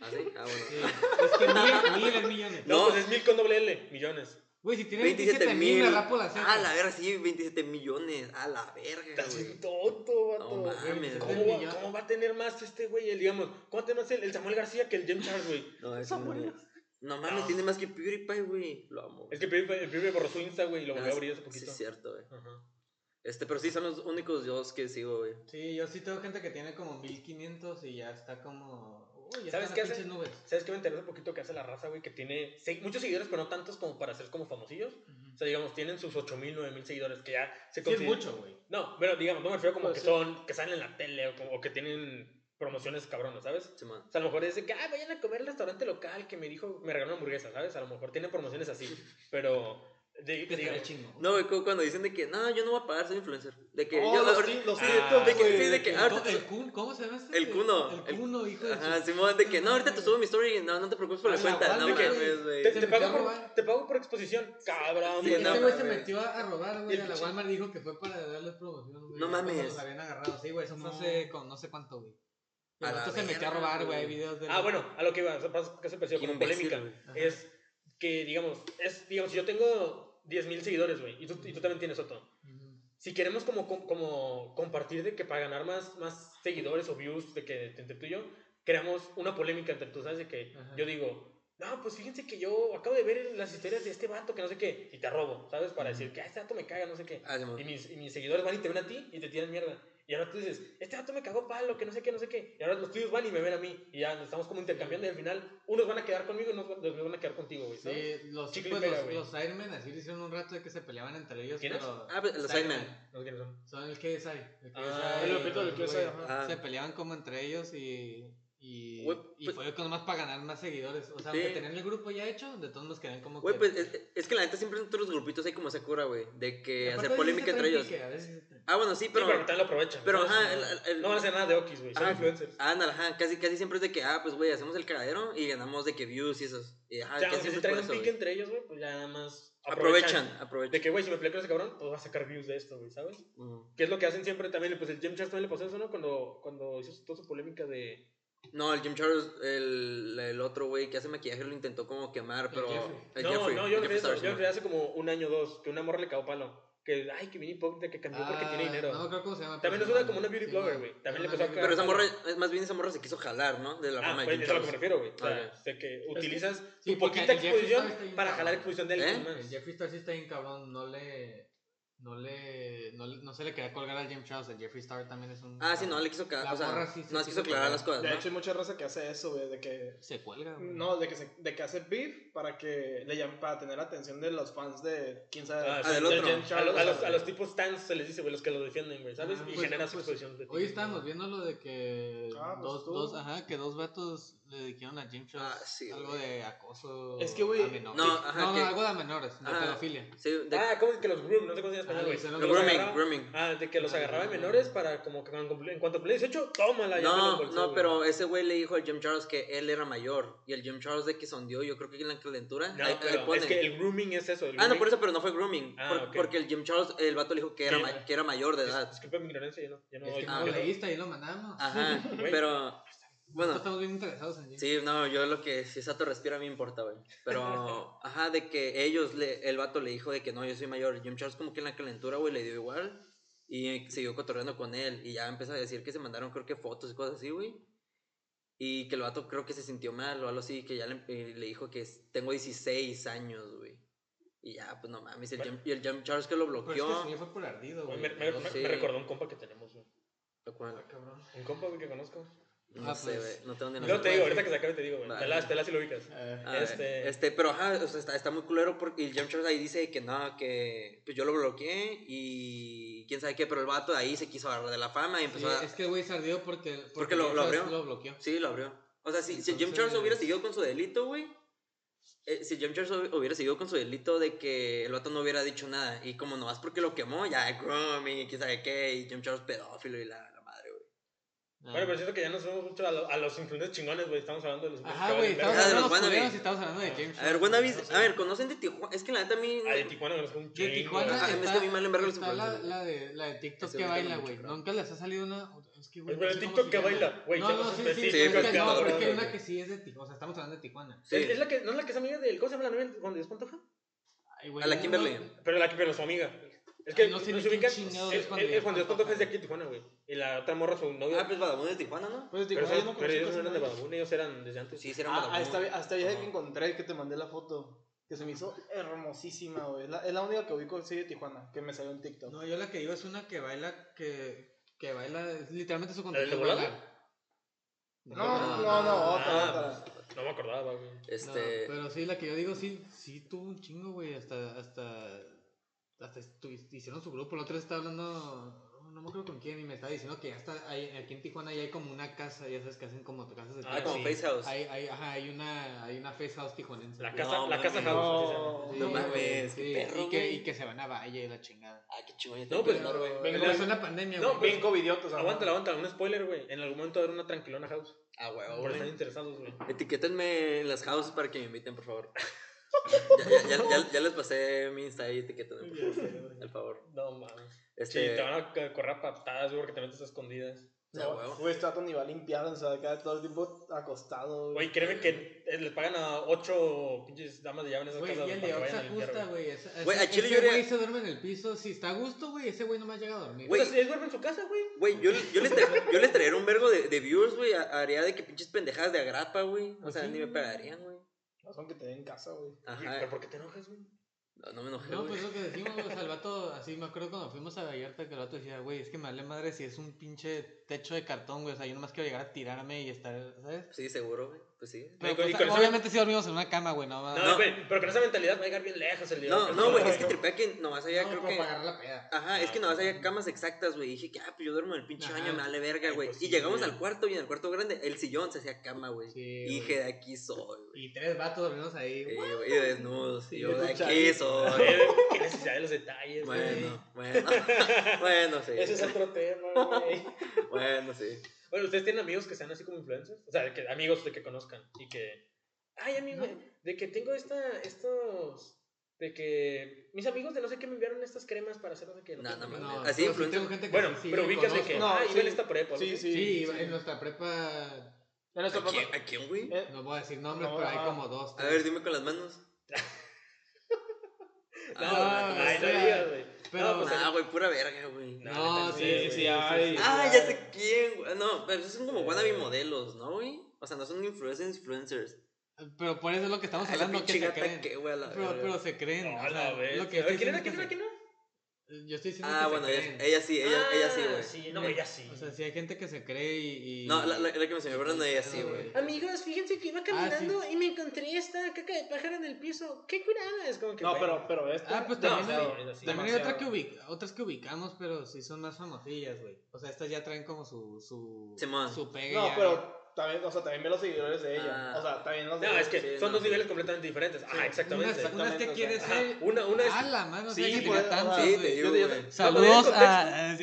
Speaker 3: ¿Ah, sí? Ah, bueno.
Speaker 4: Sí. Es que mil, mil es millones.
Speaker 1: No,
Speaker 3: No.
Speaker 1: pues es mil con doble L, millones.
Speaker 4: Güey, si tiene
Speaker 3: 27 mil.
Speaker 4: me rapo la ceja.
Speaker 3: Ah, la verga, sí, 27 millones. A la verga,
Speaker 1: Estás
Speaker 3: güey.
Speaker 1: bien tonto, vato.
Speaker 3: No mames.
Speaker 1: ¿Cómo
Speaker 3: güey.
Speaker 1: va, cómo va a tener más este güey? El, digamos, ¿cómo va a tener más el, el Samuel García que el James Charles, güey?
Speaker 3: No, es
Speaker 2: Samuel.
Speaker 3: No mames,
Speaker 1: No.
Speaker 3: tiene más que PewDiePie, güey. Lo amo.
Speaker 1: Es que el pibe, el pibe borró su Insta, güey, y lo volvió a
Speaker 3: Ah,
Speaker 1: abrir hace
Speaker 3: Sí,
Speaker 1: poquito.
Speaker 3: es cierto, güey.
Speaker 1: Ajá.
Speaker 3: Este, pero sí son los únicos dos que sigo, güey.
Speaker 4: Sí, yo sí tengo gente que tiene como 1500 y ya está como. Uy, ya
Speaker 1: ¿Sabes
Speaker 4: están
Speaker 1: qué
Speaker 4: las
Speaker 1: hace?
Speaker 4: pinches nubes.
Speaker 1: ¿Sabes qué me interesa un poquito que hace la raza, güey? Que tiene se- muchos seguidores, pero no tantos como para ser como famosillos. O sea, digamos, tienen sus 8000, 9000 seguidores que ya se
Speaker 2: Sí, es
Speaker 1: consideran-
Speaker 2: mucho, güey.
Speaker 1: No, pero digamos, no me refiero como
Speaker 2: Pues
Speaker 1: que
Speaker 2: sí.
Speaker 1: son, que salen en la tele o, como- o que tienen promociones cabronas, ¿sabes?
Speaker 3: Simón.
Speaker 1: O sea, a lo mejor es de que, ah, vayan a comer al restaurante local que me dijo, me regaló una hamburguesa, ¿sabes? A lo mejor tiene promociones así, pero. De,
Speaker 4: Que estaría
Speaker 1: digamos,
Speaker 4: chingo.
Speaker 3: No, güey, como cuando dicen de que, no, yo no voy a pagar, soy influencer. De que
Speaker 2: Oh,
Speaker 3: yo.
Speaker 2: los,
Speaker 3: ahorita-
Speaker 2: sí, los
Speaker 1: ah,
Speaker 2: directos,
Speaker 3: de que-
Speaker 2: güey,
Speaker 3: sí, de que- ah,
Speaker 4: No,
Speaker 3: ahorita-
Speaker 4: el Kun, ¿cómo se llama este?
Speaker 3: El Kuno.
Speaker 4: El Kuno, hijo de
Speaker 3: Ajá,
Speaker 4: su-
Speaker 3: Simón, de que, no, ahorita te subo mi story. No, no te preocupes por
Speaker 4: Ah,
Speaker 3: la
Speaker 4: la
Speaker 3: cuenta. No
Speaker 4: guarda, güey.
Speaker 3: mames, güey.
Speaker 1: te,
Speaker 4: se
Speaker 1: te
Speaker 4: me
Speaker 1: pago
Speaker 4: acaba,
Speaker 1: por,
Speaker 4: güey.
Speaker 1: te pago por exposición. Cabrón,
Speaker 3: Sí,
Speaker 1: güey.
Speaker 3: no,
Speaker 4: este güey se
Speaker 3: mames.
Speaker 4: metió a robar, güey,
Speaker 1: El
Speaker 4: a la
Speaker 1: pinche-
Speaker 4: Walmart dijo que fue para darles promoción, güey.
Speaker 3: No
Speaker 4: ya cuando
Speaker 3: mames.
Speaker 4: Los habían agarrado, sí, güey, eso fue
Speaker 2: No.
Speaker 4: hace con no sé cuánto, güey.
Speaker 3: A la
Speaker 4: Pero se metió a
Speaker 3: verga,
Speaker 4: robar, güey,
Speaker 3: güey.
Speaker 4: hay videos de...
Speaker 1: Ah, bueno, a lo que iba, o sea, pasa que se pareció
Speaker 3: Qué
Speaker 1: como
Speaker 3: imbécil,
Speaker 1: polémica.
Speaker 3: güey.
Speaker 4: Ajá.
Speaker 1: Es que, digamos, es, digamos, si yo tengo 10.000 seguidores, güey, y tú, y tú también tienes otro.
Speaker 4: Ujú.
Speaker 1: Si queremos como, com- como compartir de que para ganar más, más seguidores o views de que entre tú y yo, creamos una polémica entre tú, ¿sabes? De que
Speaker 4: Ajá.
Speaker 1: yo digo, no, pues fíjense que yo acabo de ver las historias de este vato que no sé qué, y te robo, ¿sabes? Para decir que "Ah, este vato me caga, no sé qué.
Speaker 3: Ah,
Speaker 1: Y
Speaker 3: Simón.
Speaker 1: mis, y mis seguidores van y te ven a ti y te tiran mierda. Y ahora tú dices, este vato me cagó palo, que no sé qué, no sé qué. Y ahora los tuyos van y me ven a mí. Y ya nos estamos como intercambiando. Y al final, unos van a quedar conmigo y unos van- los míos van a quedar contigo, güey. ¿sabes?
Speaker 4: Sí, los,
Speaker 1: Chicle y
Speaker 4: pues,
Speaker 1: pega,
Speaker 4: los,
Speaker 1: güey.
Speaker 4: los Ironman así le hicieron un rato de que se peleaban entre ellos,
Speaker 1: ¿Quiénes?
Speaker 4: pero...
Speaker 3: Ah, pues, los
Speaker 4: Ironman.
Speaker 3: Ironman.
Speaker 1: No sé quiénes son.
Speaker 4: Son el KSI. El KSI
Speaker 1: Ah,
Speaker 2: el
Speaker 4: los
Speaker 2: Lopito del
Speaker 4: güeyes.
Speaker 2: KSI, ajá.
Speaker 3: Ah.
Speaker 4: Se peleaban como entre ellos y... Y,
Speaker 3: Güey,
Speaker 4: y
Speaker 3: pues-
Speaker 4: fue con más para ganar más seguidores. O sea,
Speaker 3: Sí.
Speaker 4: aunque tenían el grupo ya hecho, de todos nos querían como
Speaker 3: Güey,
Speaker 4: que-
Speaker 3: pues es, es que la neta siempre en todos los grupitos hay como esa cura, güey. De
Speaker 4: Y
Speaker 3: que
Speaker 4: aparte
Speaker 3: hacer
Speaker 4: a veces
Speaker 3: polémica
Speaker 4: se
Speaker 3: entre
Speaker 4: traen
Speaker 3: ellos.
Speaker 4: pique, a veces se traen-
Speaker 3: Ah, bueno, sí,
Speaker 1: Sí,
Speaker 3: pero.
Speaker 1: pero ahorita lo aprovechan.
Speaker 3: pero,
Speaker 1: ¿sabes?
Speaker 3: ajá, el- el-
Speaker 1: No van a hacer nada de Okis, güey. Son
Speaker 3: Ajá.
Speaker 1: influencers.
Speaker 3: Ándale, ajá, casi, casi siempre es de que, ah, pues, güey, hacemos el cagadero y ganamos de que views y esos. Y, ajá,
Speaker 1: o sea,
Speaker 3: casi
Speaker 1: aunque se
Speaker 3: siempre es por
Speaker 1: traen un
Speaker 3: eso,
Speaker 1: pique
Speaker 3: güey.
Speaker 1: entre ellos, güey, pues ya nada más aprovechan.
Speaker 3: Aprovechan, aprovechan.
Speaker 1: De que, güey, si me peleo con ese cabrón, pues va a sacar views de esto, güey, ¿sabes?
Speaker 3: Mm.
Speaker 1: Que es lo que hacen siempre también. Pues el Jim Charles también le pasó eso, ¿no? Cuando, cuando hizo toda su polémica de.
Speaker 3: No, el Jim Charles, el, el otro güey que hace maquillaje lo intentó como quemar, pero.
Speaker 4: Jeffrey.
Speaker 3: el
Speaker 1: no,
Speaker 3: Jeffrey,
Speaker 1: no,
Speaker 3: el
Speaker 1: yo creo
Speaker 3: Jeffrey
Speaker 1: eso.
Speaker 3: Star,
Speaker 1: Yo
Speaker 3: sí.
Speaker 1: creo hace como un año o dos que una morra le cagó palo. Que, ay, que viene hipócrita, que cambió porque tiene
Speaker 4: Ah,
Speaker 1: dinero.
Speaker 4: No creo cómo se llama.
Speaker 1: También es
Speaker 4: pero
Speaker 1: una
Speaker 4: no,
Speaker 1: como una beauty
Speaker 4: sí,
Speaker 1: blogger,
Speaker 4: no.
Speaker 1: güey. También
Speaker 4: Era
Speaker 1: le empezó
Speaker 4: una
Speaker 1: a
Speaker 3: Pero esa
Speaker 1: Ah,
Speaker 3: morra, es más bien esa morra se quiso jalar, ¿no? De la
Speaker 1: Ah,
Speaker 3: fama de
Speaker 1: pues,
Speaker 3: Jim
Speaker 1: eso es a lo que me
Speaker 3: Charles.
Speaker 1: refiero, güey. O sea,
Speaker 3: Ah,
Speaker 1: de que
Speaker 4: que-
Speaker 1: utilizas
Speaker 4: sí,
Speaker 1: tu
Speaker 4: porque
Speaker 1: poquita
Speaker 4: el Jeffree Star
Speaker 1: exposición
Speaker 4: está bien
Speaker 1: para
Speaker 4: cabrón.
Speaker 1: jalar exposición de alguien
Speaker 3: ¿Eh?
Speaker 1: más.
Speaker 4: El Jeffree Star sí está bien cabrón, no le. No le. No, le- no se le quería colgar al James Charles. El Jeffree Star también es un.
Speaker 3: Ah, sí, no, le quiso cagar.
Speaker 4: La
Speaker 3: O sea,
Speaker 4: morra sí se
Speaker 3: no, quiso
Speaker 4: quiso
Speaker 3: aclarar
Speaker 4: colgar.
Speaker 3: las cosas.
Speaker 2: De
Speaker 3: ¿no?
Speaker 2: hecho, hay mucha raza que hace eso, güey, de que...
Speaker 4: Se cuelga, güey.
Speaker 2: No, de que, se, de que hace beef para que le llamen, para tener la atención de los fans de quién sabe.
Speaker 1: Ah,
Speaker 3: sí, del otro.
Speaker 1: James Charles. A,
Speaker 2: o sea,
Speaker 1: los, a los tipos stans se les dice, güey, los que los defienden, güey, ¿sabes?
Speaker 4: Ah,
Speaker 1: y
Speaker 4: pues,
Speaker 1: generas
Speaker 4: pues,
Speaker 1: exposición de ti.
Speaker 4: Hoy estábamos viendo lo de que.
Speaker 2: Ah, pues
Speaker 4: dos,
Speaker 2: tú.
Speaker 4: dos, ajá, que dos vatos le dijeron a James Charles
Speaker 3: Ah, sí,
Speaker 4: algo
Speaker 3: güey.
Speaker 4: de acoso.
Speaker 2: Es que, güey,
Speaker 4: a menores.
Speaker 3: no, ajá,
Speaker 4: no,
Speaker 3: que-
Speaker 4: algo de menores, de
Speaker 3: Ajá.
Speaker 4: pedofilia.
Speaker 3: Sí, de,
Speaker 1: Ah, ¿cómo es que los groom? No sé cómo se llama en
Speaker 4: Ah,
Speaker 1: español,
Speaker 4: sí,
Speaker 1: güey.
Speaker 4: los
Speaker 1: Los
Speaker 3: grooming,
Speaker 1: agarraba-
Speaker 3: grooming.
Speaker 1: Ah, de que los
Speaker 4: Ah,
Speaker 1: agarraba de
Speaker 4: no.
Speaker 1: menores para como que cuando cumple- en cuanto cumplí 18, tómala, ya me lo
Speaker 3: No,
Speaker 1: embolsó,
Speaker 3: no,
Speaker 1: güey.
Speaker 3: pero ese güey le dijo al Jim Charles que él era mayor. Y el Jim Charles de que sondió, yo creo que en la calentura.
Speaker 1: No,
Speaker 3: ahí- ahí
Speaker 1: pero
Speaker 3: pone.
Speaker 1: es que el grooming es eso. el
Speaker 3: Ah, no,
Speaker 1: grooming-
Speaker 3: por eso, pero no fue grooming.
Speaker 1: Ah,
Speaker 3: por-
Speaker 1: ok.
Speaker 3: Porque el Jim Charles, el vato le dijo que era,
Speaker 1: Sí,
Speaker 3: ma-
Speaker 1: güey.
Speaker 3: que era mayor de
Speaker 1: Dis-
Speaker 3: edad.
Speaker 1: Disculpa mi ignorancia, yo no. Yo no
Speaker 4: Es que
Speaker 1: yo
Speaker 4: no
Speaker 1: no-
Speaker 4: lo leíste, ahí lo mandamos.
Speaker 3: Ajá,
Speaker 1: Güey.
Speaker 3: pero.
Speaker 4: Nosotros
Speaker 3: Ah, Bueno,
Speaker 4: Estamos bien interesados en James
Speaker 3: sí, no, yo lo que si Sato respira a mí me importa, güey. Pero, ajá, de que ellos, le, el vato le dijo de que no, yo soy mayor. Jim Charles, como que en la calentura, güey, le dio igual. Y siguió cotorreando con él. Y ya empezó a decir que se mandaron, creo que fotos y cosas así, güey. Y que el vato creo que se sintió mal o algo así. Que ya le, eh, le dijo que es- tengo 16 años, güey. Y ya, pues no mames. El Jim- y el Jim Charles que lo
Speaker 1: Pues
Speaker 4: Pero es que
Speaker 3: bloqueó.
Speaker 4: el señor fue por ardido,
Speaker 1: Me,
Speaker 4: güey.
Speaker 1: me- me-
Speaker 3: Sí.
Speaker 1: me recordó un compa que tenemos, güey.
Speaker 3: Lo cual,
Speaker 4: Ah, cabrón.
Speaker 1: Un compa, güey, que conozco.
Speaker 3: no
Speaker 4: Ah,
Speaker 3: sé,
Speaker 4: pues.
Speaker 3: güey. No tengo ni la
Speaker 1: No te digo,
Speaker 3: menor
Speaker 1: ahorita que se acabe te digo, güey.
Speaker 3: Vale.
Speaker 1: Te las, te las y lo ubicas.
Speaker 2: eh,
Speaker 3: Ah,
Speaker 1: Este-
Speaker 3: este... pero ajá, o sea, está, está muy culero porque el James Charles ahí dice que no, que pues yo lo bloqueé y quién sabe qué, pero el vato de ahí se quiso agarrar de la fama y empezó
Speaker 4: Sí,
Speaker 3: a...
Speaker 4: es que el güey se ardió porque, porque,
Speaker 3: lo- lo
Speaker 4: James Charles
Speaker 3: abrió.
Speaker 4: lo bloqueó.
Speaker 3: Sí, lo abrió. O sea, si, si el James
Speaker 4: Entonces-
Speaker 3: Charles hubiera seguido con su delito, güey, eh, si el James Charles hubiera seguido con su delito de que el vato no hubiera dicho nada y como nomás porque lo quemó, ya, grooming y quién sabe qué, y James Charles pedófilo y la, la madre, güey.
Speaker 4: Ah.
Speaker 1: Bueno, pero siento que ya nos vemos mucho a, lo- a los influencers chingones, güey. Estamos hablando de los influencers
Speaker 4: Ajá,
Speaker 1: que valen
Speaker 4: güey, estamos
Speaker 1: verga.
Speaker 3: de
Speaker 4: hablando de
Speaker 3: los
Speaker 4: los
Speaker 3: Wannabes.
Speaker 4: culeros y estamos hablando de James
Speaker 3: A ver,
Speaker 4: Charles.
Speaker 3: Wannabis,
Speaker 1: no sé.
Speaker 3: a ver, ¿conocen de Tijuana? Es que la neta a mí...
Speaker 1: Ah, de Tijuana conozco un
Speaker 4: De
Speaker 1: chingo,
Speaker 4: Tijuana
Speaker 3: Ajá,
Speaker 1: güey.
Speaker 3: es que
Speaker 4: está,
Speaker 3: a mí me valen verga los
Speaker 4: está la,
Speaker 3: influencers,
Speaker 4: la, de, la de TikTok
Speaker 3: Ese
Speaker 4: que
Speaker 3: güey está
Speaker 4: baila,
Speaker 3: mucho
Speaker 4: güey.
Speaker 3: cabrón.
Speaker 4: Nunca les ha salido una... Es que, güey,
Speaker 1: Güey, pero
Speaker 4: no
Speaker 1: el
Speaker 4: sé cómo
Speaker 1: TikTok
Speaker 4: se
Speaker 1: que
Speaker 4: llama.
Speaker 1: baila, güey,
Speaker 4: No,
Speaker 1: ya
Speaker 4: no,
Speaker 1: nos
Speaker 4: sí, sí,
Speaker 1: especifica,
Speaker 4: pero es que no,
Speaker 3: cabrón,
Speaker 4: pero es que hay
Speaker 1: güey.
Speaker 4: una que sí es de Tijuana. O sea, estamos hablando de Tijuana.
Speaker 3: Sí.
Speaker 1: Es, es la que, ¿No es la que es amiga del. ¿Cómo se llama la novia cuando Dios Pantoja?
Speaker 4: Ay, güey,
Speaker 3: A la
Speaker 4: no,
Speaker 3: Kimberly.
Speaker 4: no.
Speaker 1: Pero la que pero su amiga. Es que
Speaker 4: Ay,
Speaker 1: no
Speaker 4: no sé
Speaker 1: se
Speaker 4: ni quién
Speaker 1: ubican.
Speaker 4: chingados
Speaker 1: el-
Speaker 4: es Juan
Speaker 1: el- el Juan Dios
Speaker 4: Dios
Speaker 1: Pantoja es de
Speaker 4: Pantoja.
Speaker 1: aquí, de Tijuana, güey. Y la otra morra, su novia.
Speaker 3: Ah, pues Badamón es de Tijuana, ¿no?
Speaker 2: Pues digo,
Speaker 1: pero
Speaker 2: yo
Speaker 1: esas-
Speaker 2: no
Speaker 1: pero
Speaker 2: conozco
Speaker 1: ellos
Speaker 2: casi
Speaker 1: no eran de
Speaker 2: nada.
Speaker 1: Badabun, ellos eran desde antes.
Speaker 3: Pues Sí, sí, era
Speaker 2: Ah,
Speaker 3: Badamón.
Speaker 2: a esta, vi- a esta vieja
Speaker 3: Ajá.
Speaker 2: que encontré que te mandé la foto. Que se me hizo hermosísima, güey. Es la, es la única que ubico así de Tijuana, que me salió en TikTok.
Speaker 4: No, yo la que digo es una que baila, que, que baila, es literalmente su
Speaker 1: de
Speaker 4: contenido.
Speaker 1: volada?
Speaker 2: No, no, no, otra,
Speaker 1: Ah,
Speaker 2: otra.
Speaker 1: No me acordaba, güey.
Speaker 3: Este...
Speaker 4: pero sí, la que yo digo, sí, sí tuvo un chingo, güey, hasta, hasta, hasta estu- hicieron su grupo. La otra estaba hablando, no me acuerdo con quién, y me estaba diciendo que hasta hay, aquí en Tijuana ya hay como una casa, ya sabes que hacen como casas de
Speaker 1: Ah,
Speaker 3: Ah,
Speaker 4: tierra.
Speaker 3: como
Speaker 1: sí.
Speaker 3: Face House.
Speaker 4: Hay, hay, ajá, hay una, hay una face house tijuanense.
Speaker 1: La
Speaker 4: güey.
Speaker 1: casa,
Speaker 3: No,
Speaker 1: la casa
Speaker 3: mames.
Speaker 1: house, así se llama.
Speaker 2: No,
Speaker 4: Sí,
Speaker 3: no
Speaker 4: güey,
Speaker 3: mames, qué
Speaker 4: sí,
Speaker 3: perro,
Speaker 4: y, que,
Speaker 3: güey.
Speaker 4: y que se van a Valle y la chingada.
Speaker 3: Ah, qué chingón. ya
Speaker 1: No,
Speaker 3: te
Speaker 1: pues,
Speaker 3: quiero, güey.
Speaker 1: vengo-
Speaker 4: Pero es una pandemia,
Speaker 1: No,
Speaker 4: güey.
Speaker 1: pues,
Speaker 2: Bien covidiotos, ajá.
Speaker 1: Aguántala, aguántala. Un spoiler, güey. En algún momento habrá una tranquilona house.
Speaker 3: Ah, huevo,
Speaker 1: Por estar
Speaker 3: güey.
Speaker 1: interesados, güey.
Speaker 3: Etiquétenme en las houses para que me inviten, por favor. ya, ya, ya, ya, ya les pasé mi Insta y etiquétenme, por favor. Al favor.
Speaker 1: No mames. Sí,
Speaker 3: Este...
Speaker 1: te van a c- correr a patadas, güey, porque te metes a escondidas.
Speaker 3: ah,
Speaker 2: No,
Speaker 3: huevo.
Speaker 2: güey, está ni va limpiado, o sea, acá todo el tiempo acostado,
Speaker 1: Güey,
Speaker 2: güey.
Speaker 1: créeme que eh, les pagan a ocho pinches damas de llave en esas
Speaker 4: Güey,
Speaker 1: casas.
Speaker 4: y el
Speaker 1: para
Speaker 4: de
Speaker 1: que vayan
Speaker 4: Ox
Speaker 1: a
Speaker 4: se
Speaker 1: limpiar,
Speaker 4: ajusta,
Speaker 1: güey.
Speaker 4: güey. Ese,
Speaker 3: Güey, al
Speaker 4: ese-
Speaker 3: chile
Speaker 4: ese
Speaker 3: yo haría-
Speaker 4: güey se duerme en el piso. Si está a gusto, güey, ese güey no más llega a dormir.
Speaker 3: Güey,
Speaker 1: O sea, él Pues, duerme en su casa, güey.
Speaker 3: Güey, yo, yo, les tra- yo les traería un vergo de, de views, güey. a- Haría de que pinches pendejadas de agrapa, güey. O
Speaker 4: Pues
Speaker 3: sea,
Speaker 4: sí,
Speaker 3: ni me
Speaker 4: güey.
Speaker 3: pagarían, güey.
Speaker 2: Razón que te den casa, güey.
Speaker 1: Güey, ¿Pero
Speaker 3: Ajá.
Speaker 1: por qué te enojas, güey?
Speaker 3: No, no me enojé,
Speaker 4: No,
Speaker 3: güey.
Speaker 4: pues lo que decimos, güey, o sea, el vato, así me acuerdo cuando fuimos a Vallarta que el vato decía, güey, es que me vale madre si es un pinche techo de cartón, güey, o sea, yo nomás quiero llegar a tirarme y estar, ¿sabes?
Speaker 3: Sí, seguro, güey. Pues sí.
Speaker 4: Pero,
Speaker 1: con- y
Speaker 4: pues,
Speaker 1: con eso-
Speaker 4: obviamente sí dormimos en una cama, güey, no,
Speaker 1: No,
Speaker 3: Ah, No.
Speaker 1: güey, pero con esa mentalidad va a llegar bien lejos el día.
Speaker 3: No, no, güey. Es que tripea que nomás allá creo
Speaker 4: como
Speaker 3: que.
Speaker 4: para agarrar la peda.
Speaker 3: Ajá, es que nomás
Speaker 1: Ah,
Speaker 3: había camas exactas, güey. y Dije que, ah, pues yo duermo en el pinche
Speaker 4: Ajá.
Speaker 3: baño, me vale verga,
Speaker 1: Ay,
Speaker 3: güey.
Speaker 1: pues
Speaker 3: y
Speaker 1: sí,
Speaker 3: llegamos
Speaker 1: güey.
Speaker 3: al cuarto y en el cuarto grande, el sillón se hacía cama, güey.
Speaker 4: Sí,
Speaker 3: y dije,
Speaker 4: güey.
Speaker 3: de aquí soy, güey.
Speaker 4: Y tres vatos dormimos ahí,
Speaker 3: Eh,
Speaker 4: güey.
Speaker 3: güey, Y desnudos. Y
Speaker 2: Sí,
Speaker 3: yo, de
Speaker 2: escucha.
Speaker 3: aquí soy.
Speaker 1: Eh, Qué necesidad de los detalles, güey.
Speaker 3: Bueno, bueno. bueno, sí.
Speaker 1: Ese es otro tema, güey.
Speaker 3: Bueno, sí.
Speaker 1: Bueno, ¿ustedes tienen amigos que sean así como influencers? O sea, de que, amigos de que conozcan y que... Ay, amigo, de que tengo esta, estos... De que mis amigos de no sé qué me enviaron estas cremas para hacer no sé qué.
Speaker 3: No,
Speaker 1: sé
Speaker 3: no
Speaker 1: qué".
Speaker 3: mames.
Speaker 4: No,
Speaker 3: así
Speaker 4: pero sí
Speaker 3: influencer-
Speaker 4: tengo gente que
Speaker 1: Bueno,
Speaker 4: sí, sí,
Speaker 1: pero ubicas de
Speaker 4: conozco.
Speaker 1: que...
Speaker 2: No,
Speaker 1: ah, iba en
Speaker 2: sí.
Speaker 1: esta prepa. ¿no?
Speaker 2: Sí, sí.
Speaker 4: Sí,
Speaker 2: sí.
Speaker 4: en nuestra prepa,
Speaker 2: En
Speaker 3: ¿A
Speaker 2: nuestra
Speaker 3: quién,
Speaker 2: papá-
Speaker 3: a quién, güey?
Speaker 2: Eh,
Speaker 4: no voy a decir nombres,
Speaker 2: No,
Speaker 4: pero hay
Speaker 2: ajá.
Speaker 4: como dos,
Speaker 3: A
Speaker 4: tres.
Speaker 3: ver, dime con las manos.
Speaker 1: No,
Speaker 4: Ah,
Speaker 1: no, ay, no
Speaker 4: espera.
Speaker 1: digas, güey.
Speaker 4: Pero-
Speaker 1: No, pues,
Speaker 3: Nah, Ah, güey, pura verga, güey.
Speaker 1: no,
Speaker 4: No,
Speaker 1: neta,
Speaker 4: sí,
Speaker 1: güey.
Speaker 4: sí, sí, sí,
Speaker 2: ay.
Speaker 4: sí.
Speaker 3: Ah,
Speaker 2: güey.
Speaker 3: ya sé quién, güey. No, pero esos son como
Speaker 1: Eh.
Speaker 3: wannabe modelos, ¿no, güey? O sea, no son influencers, influencers.
Speaker 4: Pero por eso es lo que estamos
Speaker 3: Ah, esa
Speaker 4: hablando, Pues que
Speaker 3: pinche
Speaker 4: se
Speaker 3: gata
Speaker 4: creen.
Speaker 3: que, güey, a la
Speaker 4: Pero,
Speaker 3: verga.
Speaker 4: pero se creen,
Speaker 1: No,
Speaker 4: o sea,
Speaker 1: la vez.
Speaker 4: lo que
Speaker 1: A ver, ¿Quién
Speaker 4: estoy diciendo
Speaker 1: era? ¿Quién era?
Speaker 4: es que
Speaker 1: ¿Quién era?
Speaker 4: se- Yo estoy diciendo que
Speaker 3: Ah,
Speaker 4: se
Speaker 3: bueno, ella,
Speaker 4: creen.
Speaker 3: ella sí, ella, ella sí,
Speaker 1: Ah,
Speaker 3: güey.
Speaker 1: Sí, no, ella sí.
Speaker 4: O sea, si hay gente que se cree y. y-
Speaker 3: No, la, la, la que me se me acuerda no, ella sí,
Speaker 4: Ah,
Speaker 3: güey.
Speaker 4: güey.
Speaker 1: Amigos, fíjense que iba caminando y me encontré esta caca de pájaro en el piso. ¡Qué curada! Es como que.
Speaker 2: No,
Speaker 1: güey,
Speaker 2: pero, pero este, esta.
Speaker 4: Ah, pues
Speaker 1: No,
Speaker 4: también,
Speaker 1: sí,
Speaker 4: hay,
Speaker 1: es así.
Speaker 4: también hay otra que
Speaker 2: demasiado.
Speaker 4: ubica, otras que ubicamos, pero sí son más famosillas, güey. O sea, estas ya traen como su. su,
Speaker 3: Simón.
Speaker 4: su pegue.
Speaker 2: No,
Speaker 4: ya, güey.
Speaker 2: pero también, o sea, también ve los seguidores de ella.
Speaker 3: Ah.
Speaker 2: O sea, también los de
Speaker 1: No, es que
Speaker 3: Sí,
Speaker 1: son
Speaker 3: no,
Speaker 1: dos
Speaker 3: sí.
Speaker 1: niveles completamente diferentes. Ajá, exactamente.
Speaker 4: Unas, unas que
Speaker 2: Exactamente,
Speaker 4: quieren
Speaker 2: o
Speaker 1: Ajá,
Speaker 4: ser.
Speaker 1: Ah, una, una es.
Speaker 3: Ah.
Speaker 4: A la mano,
Speaker 2: Sí,
Speaker 4: sí,
Speaker 2: por-
Speaker 4: tanto,
Speaker 2: ah,
Speaker 3: Sí, te
Speaker 4: güey.
Speaker 3: digo,
Speaker 2: Yo te- yo te-
Speaker 3: güey.
Speaker 4: Saludos
Speaker 1: No,
Speaker 4: a. a-
Speaker 1: Ah,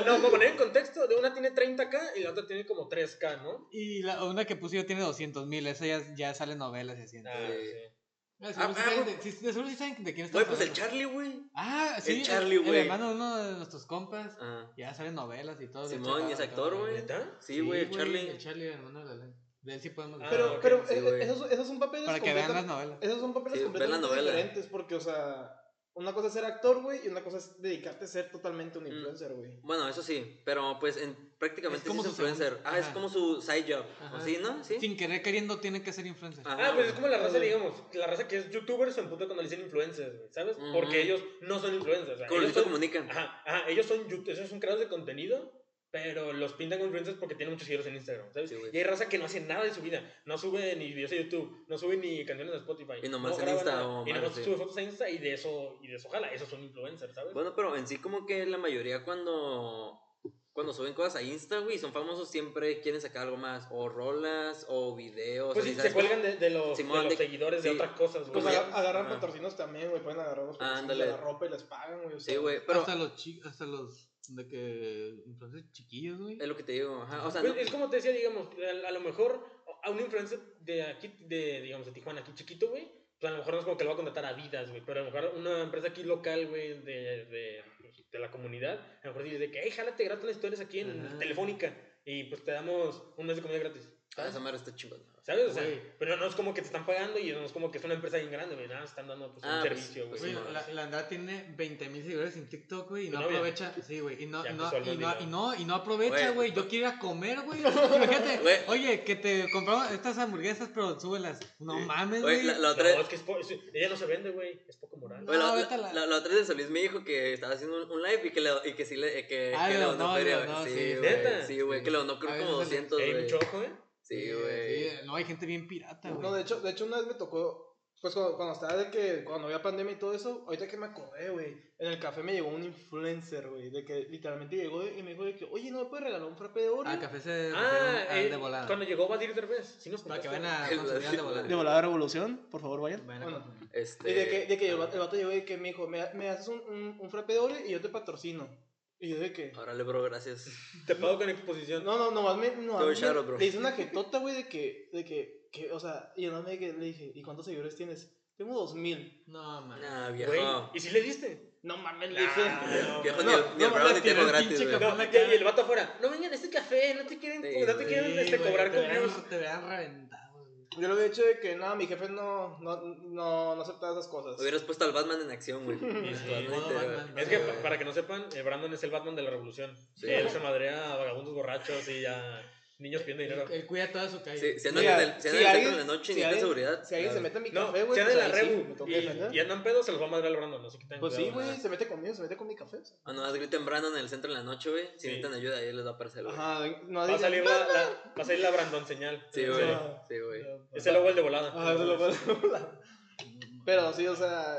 Speaker 1: no, para poner en contexto, de una tiene 30k y la otra tiene como 3k, ¿no?
Speaker 4: Y la, una que puse yo tiene 200 mil, esa ya, ya sale novelas y así. entonces.
Speaker 1: Ah,
Speaker 3: Sí.
Speaker 1: sí.
Speaker 4: Ah,
Speaker 3: Ah,
Speaker 4: seguro sí
Speaker 3: ah,
Speaker 4: saben
Speaker 3: güey.
Speaker 4: de- sí- de seguro sí saben de quién está
Speaker 3: Güey, pues el Charlie, güey.
Speaker 4: Ah, sí, el,
Speaker 3: Eh, Charlie,
Speaker 4: el
Speaker 3: güey.
Speaker 4: hermano de uno de nuestros compas.
Speaker 3: Ah,
Speaker 4: Ya salen novelas y todo. de
Speaker 3: Simón,
Speaker 4: hecho,
Speaker 3: y es
Speaker 4: ah,
Speaker 3: actor,
Speaker 4: todo,
Speaker 3: güey.
Speaker 1: ¿Neta?
Speaker 3: Sí, güey, el
Speaker 4: El
Speaker 3: Charlie.
Speaker 4: Charlie, el hermano de la ley. De él sí podemos
Speaker 1: Ah,
Speaker 4: hablar.
Speaker 2: Pero,
Speaker 1: ok,
Speaker 2: pero
Speaker 3: sí,
Speaker 2: eh,
Speaker 3: güey.
Speaker 2: esos, esos son papeles
Speaker 4: Para que vean las
Speaker 2: completam-
Speaker 4: novelas.
Speaker 2: Esos son papeles
Speaker 3: Sí, ve la
Speaker 2: completamente
Speaker 3: novela.
Speaker 2: diferentes porque, o sea, una cosa es ser actor, güey, y una cosa es dedicarte a ser totalmente
Speaker 3: Mm.
Speaker 2: un influencer, güey.
Speaker 3: Bueno, eso sí, pero pues en, prácticamente
Speaker 4: Es como
Speaker 3: sí es
Speaker 4: su segundo-
Speaker 3: influencer. Ah, es
Speaker 4: ajá.
Speaker 3: como su side job.
Speaker 4: Ajá.
Speaker 3: ¿O sí, no? Sí.
Speaker 4: Sin querer queriendo tiene que ser influencer.
Speaker 1: Ah, pues es
Speaker 3: güey.
Speaker 1: como la raza, digamos, la raza que es youtuber se emputa cuando le dicen influencers, güey, ¿sabes?
Speaker 3: Ujú.
Speaker 1: Porque ellos no son influencers. o sea,
Speaker 3: Con
Speaker 1: ellos
Speaker 3: los que
Speaker 1: son-
Speaker 3: comunican.
Speaker 1: Ajá, ajá, ellos son, yout- ellos son creadores de contenido, pero los pintan como influencers porque tienen muchos seguidores en Instagram, ¿sabes?
Speaker 3: Sí, güey.
Speaker 1: y hay raza que no hace nada de su vida, no sube ni videos a YouTube, no sube ni canciones a Spotify.
Speaker 3: Y nomás
Speaker 1: no
Speaker 3: en
Speaker 1: graba
Speaker 3: Insta
Speaker 1: nada,
Speaker 3: o
Speaker 1: Y nomás
Speaker 3: más, sí.
Speaker 1: sube fotos a Insta y de eso, y de eso jala, esos son influencers, ¿sabes?
Speaker 3: Bueno, pero en sí como que la mayoría cuando... cuando suben cosas a Insta, güey, son famosos, siempre quieren sacar algo más. O rolas, o videos.
Speaker 1: Pues
Speaker 3: o
Speaker 1: sí,
Speaker 3: sea,
Speaker 1: se
Speaker 3: ¿sabes
Speaker 1: cuelgan de, de los,
Speaker 3: Simón,
Speaker 1: de los
Speaker 3: de-
Speaker 1: seguidores de
Speaker 3: sí.
Speaker 1: otras cosas,
Speaker 2: Pues
Speaker 1: güey.
Speaker 3: Como
Speaker 2: aga- agarran
Speaker 3: Ajá.
Speaker 2: patrocinios también, güey. Pueden agarrar los patrocinios
Speaker 3: Ándale.
Speaker 2: de la ropa y les pagan, güey. o sea,
Speaker 3: Sí, güey, pero
Speaker 4: hasta los chicos, hasta los de que influencers chiquillos, güey.
Speaker 3: es lo que te digo, ajá. O sea,
Speaker 1: Pues
Speaker 3: no-
Speaker 1: es como te decía, digamos, a, a lo mejor a un influencer de aquí, de, digamos, de Tijuana, aquí chiquito, güey, pues a lo mejor no es como que lo va a contratar a Adidas, güey, pero a lo mejor una empresa aquí local, güey, de, de, de la comunidad, a lo mejor dice de que, hey, jálate gratis las historias aquí en
Speaker 4: Ah.
Speaker 1: Telefónica y pues te damos un mes de comida gratis.
Speaker 3: ah, esa madre está chingona.
Speaker 1: ¿Sabes? O sea,
Speaker 4: Güey.
Speaker 1: pero no es como que te están pagando y no es como que es una empresa bien grande, güey, nada, están dando pues,
Speaker 3: Ah,
Speaker 1: un
Speaker 3: pues,
Speaker 1: servicio, güey.
Speaker 4: Güey,
Speaker 3: pues, sí, no,
Speaker 4: la, la Andrada tiene 20 mil seguidores en TikTok, güey, y
Speaker 1: Tu
Speaker 4: no
Speaker 1: novia.
Speaker 4: aprovecha. Sí, güey, y no,
Speaker 1: Ya
Speaker 4: y no,
Speaker 1: empezó el
Speaker 4: y no,
Speaker 1: bandideo.
Speaker 4: y no, y no aprovecha,
Speaker 3: Güey.
Speaker 4: güey. Yo quiero ir a comer, güey. Imagínate,
Speaker 3: Güey.
Speaker 4: oye, que te compramos estas hamburguesas, pero súbelas. No
Speaker 3: Sí.
Speaker 4: mames,
Speaker 3: Oye,
Speaker 4: güey.
Speaker 3: la, la
Speaker 1: No,
Speaker 3: otra
Speaker 1: es que es po- es- ella no se vende, güey, es poco moral.
Speaker 3: Oye, la-
Speaker 4: No,
Speaker 3: la-
Speaker 4: vete a la-
Speaker 3: la- la otra vez de Solís me dijo que estaba haciendo un, un live y que, le, y que sí le, eh, que,
Speaker 4: Ah,
Speaker 3: que
Speaker 4: le
Speaker 3: le
Speaker 4: donó,
Speaker 3: donó
Speaker 4: le
Speaker 3: feria,
Speaker 4: donó,
Speaker 3: güey.
Speaker 4: sí,
Speaker 3: Sí,
Speaker 1: ¿neta?
Speaker 3: güey. Sí, güey,
Speaker 4: Sí.
Speaker 3: que le donó
Speaker 4: A
Speaker 3: creo
Speaker 4: ver,
Speaker 3: como
Speaker 4: ándale.
Speaker 3: 200,
Speaker 1: Ey,
Speaker 3: güey.
Speaker 1: mucho ojo, ¿eh?
Speaker 3: Sí,
Speaker 4: Sí,
Speaker 3: güey.
Speaker 4: no, hay gente bien pirata, güey.
Speaker 2: No, de hecho, de hecho una vez me tocó, pues cuando, cuando estaba de que, cuando había pandemia y todo eso, ahorita que me acordé, güey, en el café me llegó un influencer, güey, de que literalmente llegó y me dijo de que, oye, ¿no me puedes regalar un frappe de oro?
Speaker 4: Ah, café se
Speaker 1: Ah,
Speaker 4: ah,
Speaker 1: eh,
Speaker 4: de volada.
Speaker 1: cuando llegó Badir Derbez, sí nos
Speaker 4: Para que
Speaker 1: contestó.
Speaker 4: vayan a
Speaker 3: El-
Speaker 4: consumir de volada.
Speaker 2: de volada revolución, por favor, vayan.
Speaker 4: Vayan a
Speaker 2: Bueno,
Speaker 4: consumir.
Speaker 3: Este,
Speaker 2: y de que, de que el, vato- el vato llegó y que me dijo, me, me haces un, un, un frappe de oro y yo te patrocino. Y yo de que...
Speaker 3: Órale, bro, gracias.
Speaker 1: Te pago con exposición.
Speaker 2: No, no, nomás me.
Speaker 3: Todo
Speaker 2: Nomás
Speaker 3: charo,
Speaker 2: me
Speaker 3: bro.
Speaker 2: le hice una jetota, güey, de que, de que, que, o sea, y nomás me que- le dije, ¿y cuántos seguidores tienes? Tengo dos mil.
Speaker 4: No, man.
Speaker 3: Nah, viejo.
Speaker 1: Güey, ¿y si le diste?
Speaker 2: No mames, le dije.
Speaker 1: Nah,
Speaker 3: Viejo,
Speaker 1: no,
Speaker 3: ni el, ni el
Speaker 2: no,
Speaker 3: Brown
Speaker 2: la
Speaker 3: ni
Speaker 2: tiró
Speaker 3: tiempo
Speaker 2: el
Speaker 3: gratis,
Speaker 2: pinche
Speaker 3: güey.
Speaker 1: No,
Speaker 4: la
Speaker 1: y,
Speaker 4: cara.
Speaker 1: y el vato afuera, no vengan a este café, no te quieren,
Speaker 3: Sí,
Speaker 1: no te
Speaker 3: güey.
Speaker 1: quieren este,
Speaker 4: Sí, güey,
Speaker 1: cobrar
Speaker 4: te
Speaker 1: con
Speaker 4: hubieran-
Speaker 1: views.
Speaker 4: Te hubieran reventado, güey.
Speaker 2: Yo le había dicho de que, no, mi jefe no, no, no, no aceptaba esas cosas.
Speaker 3: Hubieras puesto al Batman en acción, güey.
Speaker 1: Sí,
Speaker 3: Batman
Speaker 4: modo
Speaker 3: interior.
Speaker 4: Batman.
Speaker 1: Es que,
Speaker 3: Sí,
Speaker 1: pa-
Speaker 3: güey.
Speaker 1: para que no sepan, eh, Brandon es el Batman de la revolución.
Speaker 3: Sí.
Speaker 1: Él se madrea a vagabundos borrachos y a niños pidiendo dinero.
Speaker 4: Él, él cuida toda su calle.
Speaker 3: Sí, Si andan
Speaker 2: Mira,
Speaker 3: en el si andan
Speaker 2: si
Speaker 3: en el centro
Speaker 2: alguien-
Speaker 3: en la noche y
Speaker 2: si
Speaker 3: necesitan
Speaker 2: alguien-
Speaker 3: seguridad.
Speaker 2: Si alguien se
Speaker 3: claro.
Speaker 2: mete en mi
Speaker 1: No,
Speaker 2: café, güey.
Speaker 1: sea de
Speaker 2: pues
Speaker 1: la
Speaker 2: ahí sí,
Speaker 1: Rebu
Speaker 2: me tengo que defender.
Speaker 1: y, y andan pedos, se los va a madrear al Brandon, así que tengan
Speaker 2: Pues sí,
Speaker 1: cuidado.
Speaker 2: güey, se mete conmigo, se mete con mi café.
Speaker 3: O nomás griten Brandon en el centro en la noche, güey.
Speaker 1: Sí.
Speaker 3: Si necesitan ayuda, ahí les va a aparecer, güey.
Speaker 2: Ajá, no
Speaker 1: Va a salir la, la- va a salir la Brandon señal.
Speaker 3: Sí, güey. Sí, güey.
Speaker 1: Ese logo el de volada.
Speaker 2: Ah, eso lo puedo- Pero sí, o sea,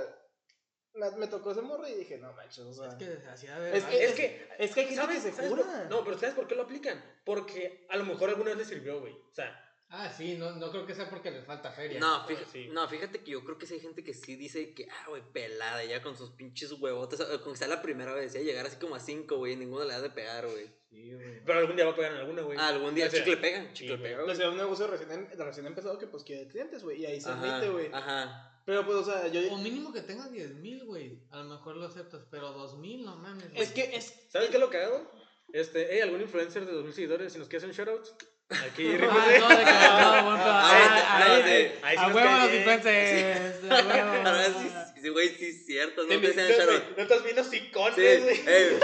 Speaker 2: me, me tocó ese morro y dije, no manches, o sea.
Speaker 4: Es que se hacía de
Speaker 2: Es
Speaker 4: verdad.
Speaker 2: que-
Speaker 1: Es que
Speaker 2: Es que hay gente
Speaker 1: ¿Sabes?
Speaker 2: que se
Speaker 1: ¿Sabes por-
Speaker 2: cura.
Speaker 1: No, pero ¿sabes por qué lo aplican? Porque a lo mejor alguna vez le sirvió, güey. O sea,
Speaker 4: Ah, sí, no, no creo que sea porque les falta feria.
Speaker 3: No,
Speaker 1: pero
Speaker 3: fíjate,
Speaker 1: sí.
Speaker 3: no, fíjate que yo creo que sí hay gente que sí dice que, ah, güey, pelada, ya con sus pinches huevotes, eh, con que sea la primera vez, ya llegar así como a cinco, güey, ninguno le ha de pegar, güey.
Speaker 4: Sí, güey.
Speaker 1: pero algún día va a pegar en alguna, güey.
Speaker 3: Ah, algún día
Speaker 1: O sea,
Speaker 3: chicle pega,
Speaker 1: sí,
Speaker 3: chicle
Speaker 1: güey.
Speaker 3: pega,
Speaker 2: O
Speaker 3: güey.
Speaker 2: sea, un negocio recién, em- recién empezado que pues quiere clientes, güey. Y ahí se admite, güey.
Speaker 3: Ajá, ajá.
Speaker 2: Pero pues, o sea, yo.
Speaker 4: O mínimo que tengas 10 mil, güey. A lo mejor lo aceptas, pero 2 mil, no mames. güey.
Speaker 2: Es que es.
Speaker 1: ¿Sabes qué es lo cagado? Este, hey, algún influencer de 2000 seguidores, si nos quieren shoutouts, aquí
Speaker 4: Ah,
Speaker 1: rifas,
Speaker 4: no, de que- no, bueno, ah,
Speaker 3: Ah,
Speaker 4: ahí-
Speaker 3: no, de-
Speaker 1: ahí sí
Speaker 4: A
Speaker 1: nos
Speaker 4: huevo los
Speaker 1: cagué.
Speaker 4: influencers. a huevo.
Speaker 3: A ver, sí, sí, sí, güey, sí, es cierto, no te sean
Speaker 1: güey.
Speaker 3: Sharon.
Speaker 1: No estás viendo sicones,
Speaker 3: Sí,
Speaker 1: güey.
Speaker 3: eh,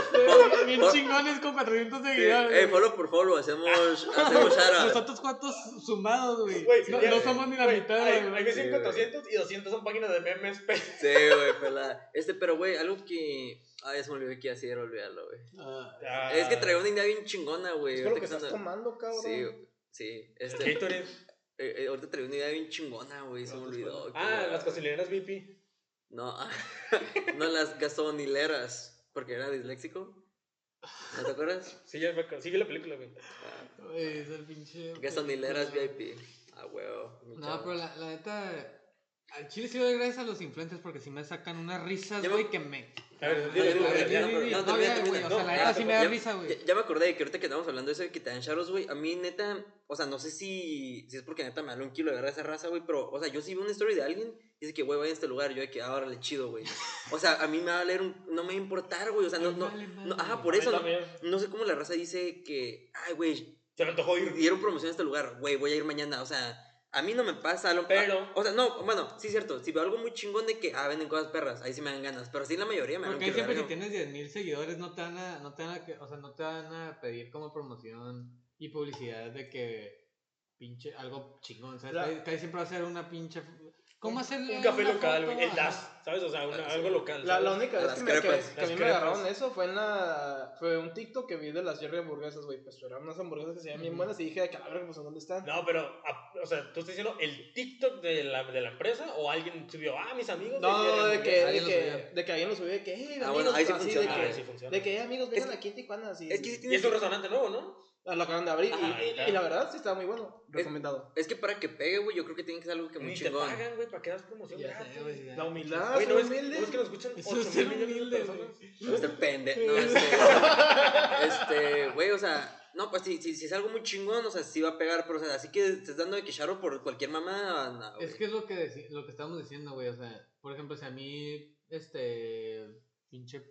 Speaker 4: Güey, Bien
Speaker 3: Por-
Speaker 4: chingones con 400
Speaker 3: sí,
Speaker 4: seguidores.
Speaker 3: eh,
Speaker 4: güey.
Speaker 3: follow por follow, hacemos, hacemos Sharon.
Speaker 4: Nosotros cuantos sumados, güey.
Speaker 1: Güey,
Speaker 4: No,
Speaker 1: ya-
Speaker 4: no somos ni la
Speaker 1: güey,
Speaker 4: mitad,
Speaker 1: Hay,
Speaker 4: güey.
Speaker 1: hay veces
Speaker 3: Sí, güey.
Speaker 1: 400 y 200 son páginas de memes. pe-
Speaker 3: Sí, güey, pelada. Este, pero, güey, algo que. Ay, ya se me olvidó que iba a decir, olvidarlo, güey.
Speaker 4: Ah,
Speaker 1: Ah,
Speaker 3: Es que traía una idea bien chingona, güey.
Speaker 2: Es
Speaker 3: ahorita
Speaker 2: por lo que
Speaker 3: que
Speaker 2: estás
Speaker 3: están-
Speaker 2: tomando, cabrón.
Speaker 3: Sí, sí.
Speaker 1: Ah,
Speaker 3: Este,
Speaker 1: Gatorade.
Speaker 3: Eh, eh, ahorita traía una idea bien chingona, güey. Se me olvidó.
Speaker 1: Ah,
Speaker 3: que-
Speaker 1: las cocineras VIP.
Speaker 3: No, ah, no las gasonileras. Porque era disléxico. ¿No te acuerdas?
Speaker 1: Sí, ya me acuerdo. Sigue la película, güey.
Speaker 3: Ah,
Speaker 4: güey, es el pinche.
Speaker 3: gasonileras VIP. Ah, huevo. mi
Speaker 4: No,
Speaker 3: chavo.
Speaker 4: pero la, la neta. Al chile sí doy gracias a los influencers porque si me sacan unas risas,
Speaker 3: Ya me-
Speaker 4: güey, que me.
Speaker 1: A ver,
Speaker 3: Ya,
Speaker 1: dile,
Speaker 3: ya,
Speaker 1: dile,
Speaker 3: ya,
Speaker 1: dile,
Speaker 3: ya,
Speaker 1: dile.
Speaker 3: no,
Speaker 4: No,
Speaker 3: no, termina,
Speaker 4: ya, güey,
Speaker 3: termina.
Speaker 4: o sea, la
Speaker 1: neta sí me
Speaker 3: ya-
Speaker 4: da risa, güey.
Speaker 3: Ya, ya me acordé de que ahorita que estamos hablando de eso de que te dan charos, güey. A mí, neta, o sea, no sé si, si es porque neta me da un kilo de agarrar esa raza, güey. Pero, o sea, yo sí vi una historia de alguien. Dice que, güey, vaya a este lugar. Yo de que, ah, órale, chido, güey. O sea, a mí me va a leer un. No me va a importar, güey. O sea, no.
Speaker 4: Me
Speaker 3: no,
Speaker 4: vale madre,
Speaker 3: no ajá,
Speaker 4: güey.
Speaker 3: por
Speaker 1: A mí
Speaker 3: eso. No,
Speaker 1: también.
Speaker 3: no sé cómo la raza dice que, ay, güey,
Speaker 1: Se me antojó ir.
Speaker 3: dieron promoción a este lugar, güey, voy a ir mañana. O sea, a mí no me pasa. a lo-
Speaker 1: Pero-
Speaker 3: O sea, no, bueno, sí es cierto. Si veo algo muy chingón de que, ah, venden cosas perras, ahí sí me dan ganas. Pero sí, la mayoría me dan
Speaker 4: Porque ahí siempre si
Speaker 3: ganas.
Speaker 4: tienes 10.000 seguidores no te van a, no te van a, que- o sea, no te van a pedir como promoción y publicidad de que pinche, algo chingón, ¿sabes?
Speaker 2: La-
Speaker 4: Casi- Casi siempre va a ser una pinche... ¿Cómo hacerle
Speaker 1: Un café
Speaker 4: una
Speaker 1: local,
Speaker 4: foto?
Speaker 1: güey. El
Speaker 4: Ajá.
Speaker 1: DAS, ¿sabes? O sea, una-
Speaker 3: Ah, sí.
Speaker 1: algo local.
Speaker 2: La, la
Speaker 1: ¿sabes?
Speaker 2: única
Speaker 3: A
Speaker 2: vez
Speaker 3: las
Speaker 2: que, me, que-
Speaker 3: crepas.
Speaker 2: que a
Speaker 1: Las
Speaker 2: mí me
Speaker 1: crepas.
Speaker 2: agarraron eso fue en la. Fue un TikTok que vi de las Jerry hamburguesas, güey. Pues eran unas hamburguesas que se veían bien
Speaker 4: Ujú.
Speaker 2: buenas y dije, "Ay, que la verga, pues ¿en dónde están?
Speaker 1: No, pero, a- o sea, ¿tú estás diciendo el TikTok de la, de la empresa o alguien subió, ah, mis amigos?
Speaker 2: No, no, no, de que, de,
Speaker 4: Alguien lo
Speaker 2: que,
Speaker 4: subió.
Speaker 2: de que alguien lo subió, de que,
Speaker 3: Ah,
Speaker 2: hey, amigos, pues,
Speaker 3: bueno, ahí sí
Speaker 2: así, de
Speaker 3: funciona.
Speaker 1: Ah,
Speaker 2: que,
Speaker 1: sí funciona.
Speaker 2: de que, "Eh, amigos, vengan
Speaker 3: Es-
Speaker 2: aquí en Tijuana, así.
Speaker 3: Es que sí
Speaker 1: Y
Speaker 3: tienes
Speaker 1: es un restaurante nuevo, ¿no?
Speaker 2: Ah, Lo acaban de abrir y,
Speaker 1: Ajá,
Speaker 2: y-
Speaker 1: claro.
Speaker 2: y la verdad sí estaba muy bueno.
Speaker 3: Es-
Speaker 2: Recomendado.
Speaker 3: Es que para que pegue, güey, yo creo que tiene que ser algo que muy
Speaker 1: Ni te
Speaker 3: chingón.
Speaker 1: pagan, güey, para que das promoción
Speaker 4: Ya sé,
Speaker 1: gratis.
Speaker 4: güey, ya.
Speaker 2: La humildad,
Speaker 1: Güey, ¿no
Speaker 2: soy
Speaker 1: ves,
Speaker 2: humilde.
Speaker 1: no ves que nos escuchan
Speaker 4: Eso es
Speaker 1: 8
Speaker 4: ser
Speaker 1: mil millones de
Speaker 4: humilde,
Speaker 1: personas?
Speaker 3: Este pendejo. No, este, este, güey, o sea, no, pues si, si, si es algo muy chingón, o sea, sí va a pegar, pero o sea, así que estés dando de quecharo por cualquier mamada, no, güey.
Speaker 4: Es que es lo que, deci- lo que estábamos diciendo, güey. O sea, por ejemplo, si a mí, este, pinche,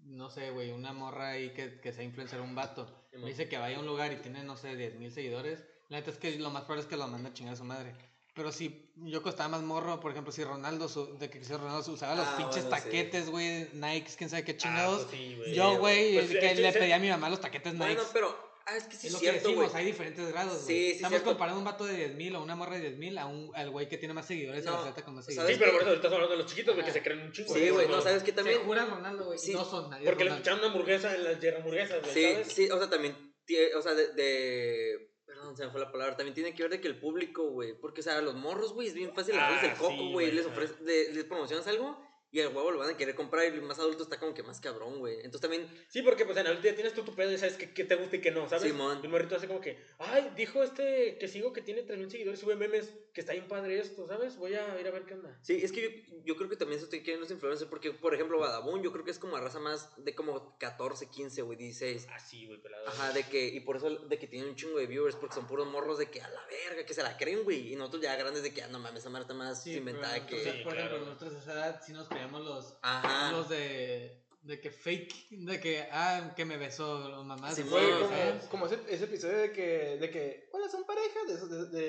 Speaker 4: no sé, güey, una morra ahí que, que sea influencer, un vato,
Speaker 1: Sí,
Speaker 4: me
Speaker 1: man.
Speaker 4: dice que vaya a un lugar y tiene, no sé, 10 mil seguidores. La neta es que lo más probable es que lo manda a chingar a su madre. Pero si yo costaba más morro, por ejemplo, si Ronaldo, su- de que Cristiano Ronaldo usaba los
Speaker 3: Ah,
Speaker 4: pinches
Speaker 3: bueno, sí.
Speaker 4: taquetes, güey, Nikes, quién sabe qué
Speaker 1: Ah,
Speaker 4: chingados.
Speaker 1: pues sí,
Speaker 4: yo,
Speaker 3: Sí,
Speaker 4: güey,
Speaker 1: Pues,
Speaker 4: el que
Speaker 1: es que
Speaker 4: le
Speaker 1: ese-
Speaker 4: pedí a mi mamá los taquetes Nikes.
Speaker 3: Bueno, pero, ah, es que sí
Speaker 4: Es
Speaker 3: es
Speaker 4: lo
Speaker 3: cierto,
Speaker 4: que
Speaker 3: güey.
Speaker 4: decimos, hay diferentes grados,
Speaker 3: Sí,
Speaker 4: güey.
Speaker 3: sí,
Speaker 4: Estamos
Speaker 3: cierto.
Speaker 4: comparando un vato de 10.000 a una morra de 10.000 a un, al güey que tiene más seguidores y
Speaker 3: No,
Speaker 4: la trata con más
Speaker 3: ¿sabes
Speaker 1: Sí,
Speaker 4: seguidores.
Speaker 1: pero por eso ahorita estamos hablando de los chiquitos, güey, que
Speaker 4: Ajá.
Speaker 1: se creen un chingo.
Speaker 3: Sí, güey, no, sabes que
Speaker 4: Se
Speaker 3: también.
Speaker 4: jura Ronaldo, güey, y
Speaker 3: Sí,
Speaker 4: no son nadie.
Speaker 1: Porque le
Speaker 4: Ronaldo.
Speaker 1: escucharon una hamburguesa en las yerra hamburguesas, güey,
Speaker 3: Sí,
Speaker 1: ¿sabes?
Speaker 3: sí, o sea, también, tie- o sea, de, de- perdón, se me fue la palabra, también tiene que ver de que el público, güey, porque, o sea, a los morros, güey, es bien fácil
Speaker 1: Ah,
Speaker 3: darles el
Speaker 1: sí,
Speaker 3: coco, güey,
Speaker 1: güey,
Speaker 3: les
Speaker 1: ajá.
Speaker 3: ofreces, de- les promocionas algo y al huevo lo van a querer comprar y el más adulto está como que más cabrón, güey, entonces también,
Speaker 1: Sí, porque pues en la última tienes tú tu pedo y sabes que, que te gusta y que no, ¿sabes?
Speaker 3: Simón.
Speaker 1: Y un morrito hace como que, ay, dijo este que sigo que tiene 3.000 seguidores, sube memes, que está bien padre esto, ¿sabes? Voy a ir a ver qué onda.
Speaker 3: sí, es que yo, yo creo que también eso te quieren los influencers, porque, por ejemplo, Badabun, yo creo que es como a raza más de como 14, 15, güey, 16,
Speaker 1: Así, Ah, güey, pelado.
Speaker 3: Ajá, de que, y por eso de que tienen un chingo de viewers, porque son puros morros de que a la verga, que se la creen, güey. Y nosotros ya grandes de que, ah, no mames, esa madre está más
Speaker 4: Sí,
Speaker 3: inventada
Speaker 4: pero,
Speaker 3: que. Ah.
Speaker 4: o sea,
Speaker 1: Sí,
Speaker 4: por
Speaker 1: claro.
Speaker 4: ejemplo, nosotros a esa edad sí nos creíamos los,
Speaker 3: Ajá.
Speaker 4: los de, de que fake, de que, ah, que me besó, mamá.
Speaker 3: Sí,
Speaker 4: Sí,
Speaker 2: Güey,
Speaker 3: No,
Speaker 2: como,
Speaker 3: ¿sabes?
Speaker 2: como ese, ese episodio de que, de que, hola, son pareja, de, esos- de,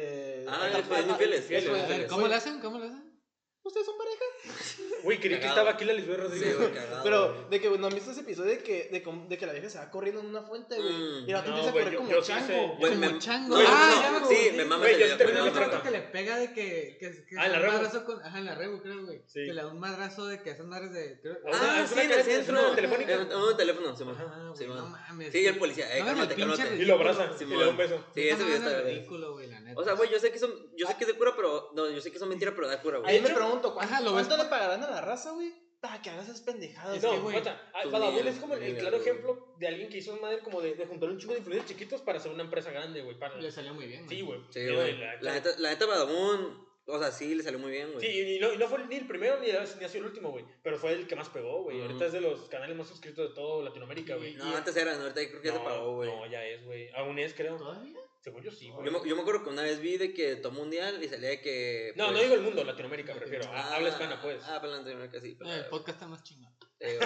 Speaker 2: de-
Speaker 3: Ah,
Speaker 2: de-
Speaker 3: de Feliz Infieles,
Speaker 2: de-
Speaker 1: Infieles,
Speaker 2: de-
Speaker 1: Infieles.
Speaker 4: ¿Cómo le hacen? ¿Cómo le hacen?
Speaker 2: ¿Ustedes son pareja?
Speaker 1: Güey, creí que
Speaker 3: Cagado.
Speaker 1: estaba aquí la Lisbeth
Speaker 3: Sí,
Speaker 1: Rodríguez.
Speaker 3: güey, cagado.
Speaker 2: Pero,
Speaker 3: güey.
Speaker 2: de que, ¿no han visto ese episodio de que, de, que- de que la vieja se va corriendo en una fuente, güey?
Speaker 3: Mm.
Speaker 2: y la gente
Speaker 1: No,
Speaker 2: empieza a
Speaker 1: güey,
Speaker 2: correr
Speaker 1: yo-
Speaker 2: como
Speaker 1: yo sí sé.
Speaker 2: chango.
Speaker 3: Güey,
Speaker 4: como
Speaker 3: me-
Speaker 4: chango.
Speaker 3: güey,
Speaker 4: Ah,
Speaker 3: no,
Speaker 4: ya me
Speaker 3: Sí,
Speaker 4: acordé.
Speaker 3: me mama
Speaker 1: Güey,
Speaker 3: el
Speaker 1: yo
Speaker 3: video,
Speaker 1: sí
Speaker 3: me
Speaker 1: terminé mi
Speaker 4: Pero
Speaker 3: mama,
Speaker 4: no,
Speaker 1: trata.
Speaker 3: güey.
Speaker 4: que le pega de que. que, que
Speaker 1: Ah, en la
Speaker 4: se da un
Speaker 1: Rebu.
Speaker 4: madrazo con- Ajá, en la rebu, creo, güey.
Speaker 1: Sí.
Speaker 4: Que le da un madrazo de que esas madres de. creo-
Speaker 1: O sea,
Speaker 3: Ah,
Speaker 1: es
Speaker 3: sí,
Speaker 1: una
Speaker 3: en el
Speaker 1: cadena, es
Speaker 3: centro.
Speaker 1: una telefónica.
Speaker 3: En- en un teléfono, se
Speaker 4: Ah, güey, no mames.
Speaker 3: Sí, y el policía, eh,
Speaker 4: No,
Speaker 3: cálmate,
Speaker 4: el pinche
Speaker 1: Y
Speaker 3: cálmate.
Speaker 1: lo abraza y
Speaker 3: Simón.
Speaker 1: le da un beso.
Speaker 3: Sí, ese
Speaker 4: Esa
Speaker 3: video
Speaker 4: madre
Speaker 3: está
Speaker 4: es
Speaker 3: verga.
Speaker 4: ridículo, güey, la neta.
Speaker 3: O sea, güey, yo sé que son. Yo sé que es de cura, pero. No, yo sé que son mentiras, pero da cura,
Speaker 2: Ahí
Speaker 3: güey.
Speaker 2: me pregunto, ¿cu-
Speaker 4: Ajá, lo ves
Speaker 2: ¿cuánto le pagarán a la raza, güey? Para que hagas esas pendejadas,
Speaker 4: Es
Speaker 1: no,
Speaker 4: que,
Speaker 2: güey.
Speaker 4: güey,
Speaker 1: mata. Ah,
Speaker 3: tu
Speaker 1: Badabun
Speaker 3: nivel,
Speaker 1: es como el,
Speaker 3: tu
Speaker 1: el
Speaker 3: nivel,
Speaker 1: claro
Speaker 3: güey.
Speaker 1: ejemplo de alguien que hizo esa madre como de, de juntar un chingo de influencers chiquitos para hacer una empresa grande, güey. para-
Speaker 4: Le salió muy bien, güey.
Speaker 1: Sí, güey.
Speaker 3: Sí,
Speaker 1: Yo,
Speaker 3: güey.
Speaker 1: la-
Speaker 3: La neta, la neta, Badabun. O sea, sí, le salió muy bien,
Speaker 1: Sí,
Speaker 3: güey.
Speaker 1: y no, y no fue ni el primero ni, el- ni ha sido el último, güey. Pero fue el que más pegó, güey.
Speaker 3: Ujú.
Speaker 1: Ahorita es de los canales más suscritos de todo Latinoamérica, güey.
Speaker 3: No, antes eran, ahorita creo que ya se paró, güey.
Speaker 1: no, ya es, güey. Aún es, creo.
Speaker 4: ¿Todavía?
Speaker 1: Según yo sí, güey.
Speaker 3: Yo me, yo me acuerdo que una vez vi de que tomó mundial y salía de que.
Speaker 1: No,
Speaker 3: pues,
Speaker 1: no digo el mundo, Latinoamérica me refiero.
Speaker 3: ah,
Speaker 1: Ah, Habla hispana, pues.
Speaker 3: Ah, pero Latinoamérica sí.
Speaker 4: Eh, El
Speaker 3: Pero,
Speaker 4: podcast está más chingón.
Speaker 3: digo,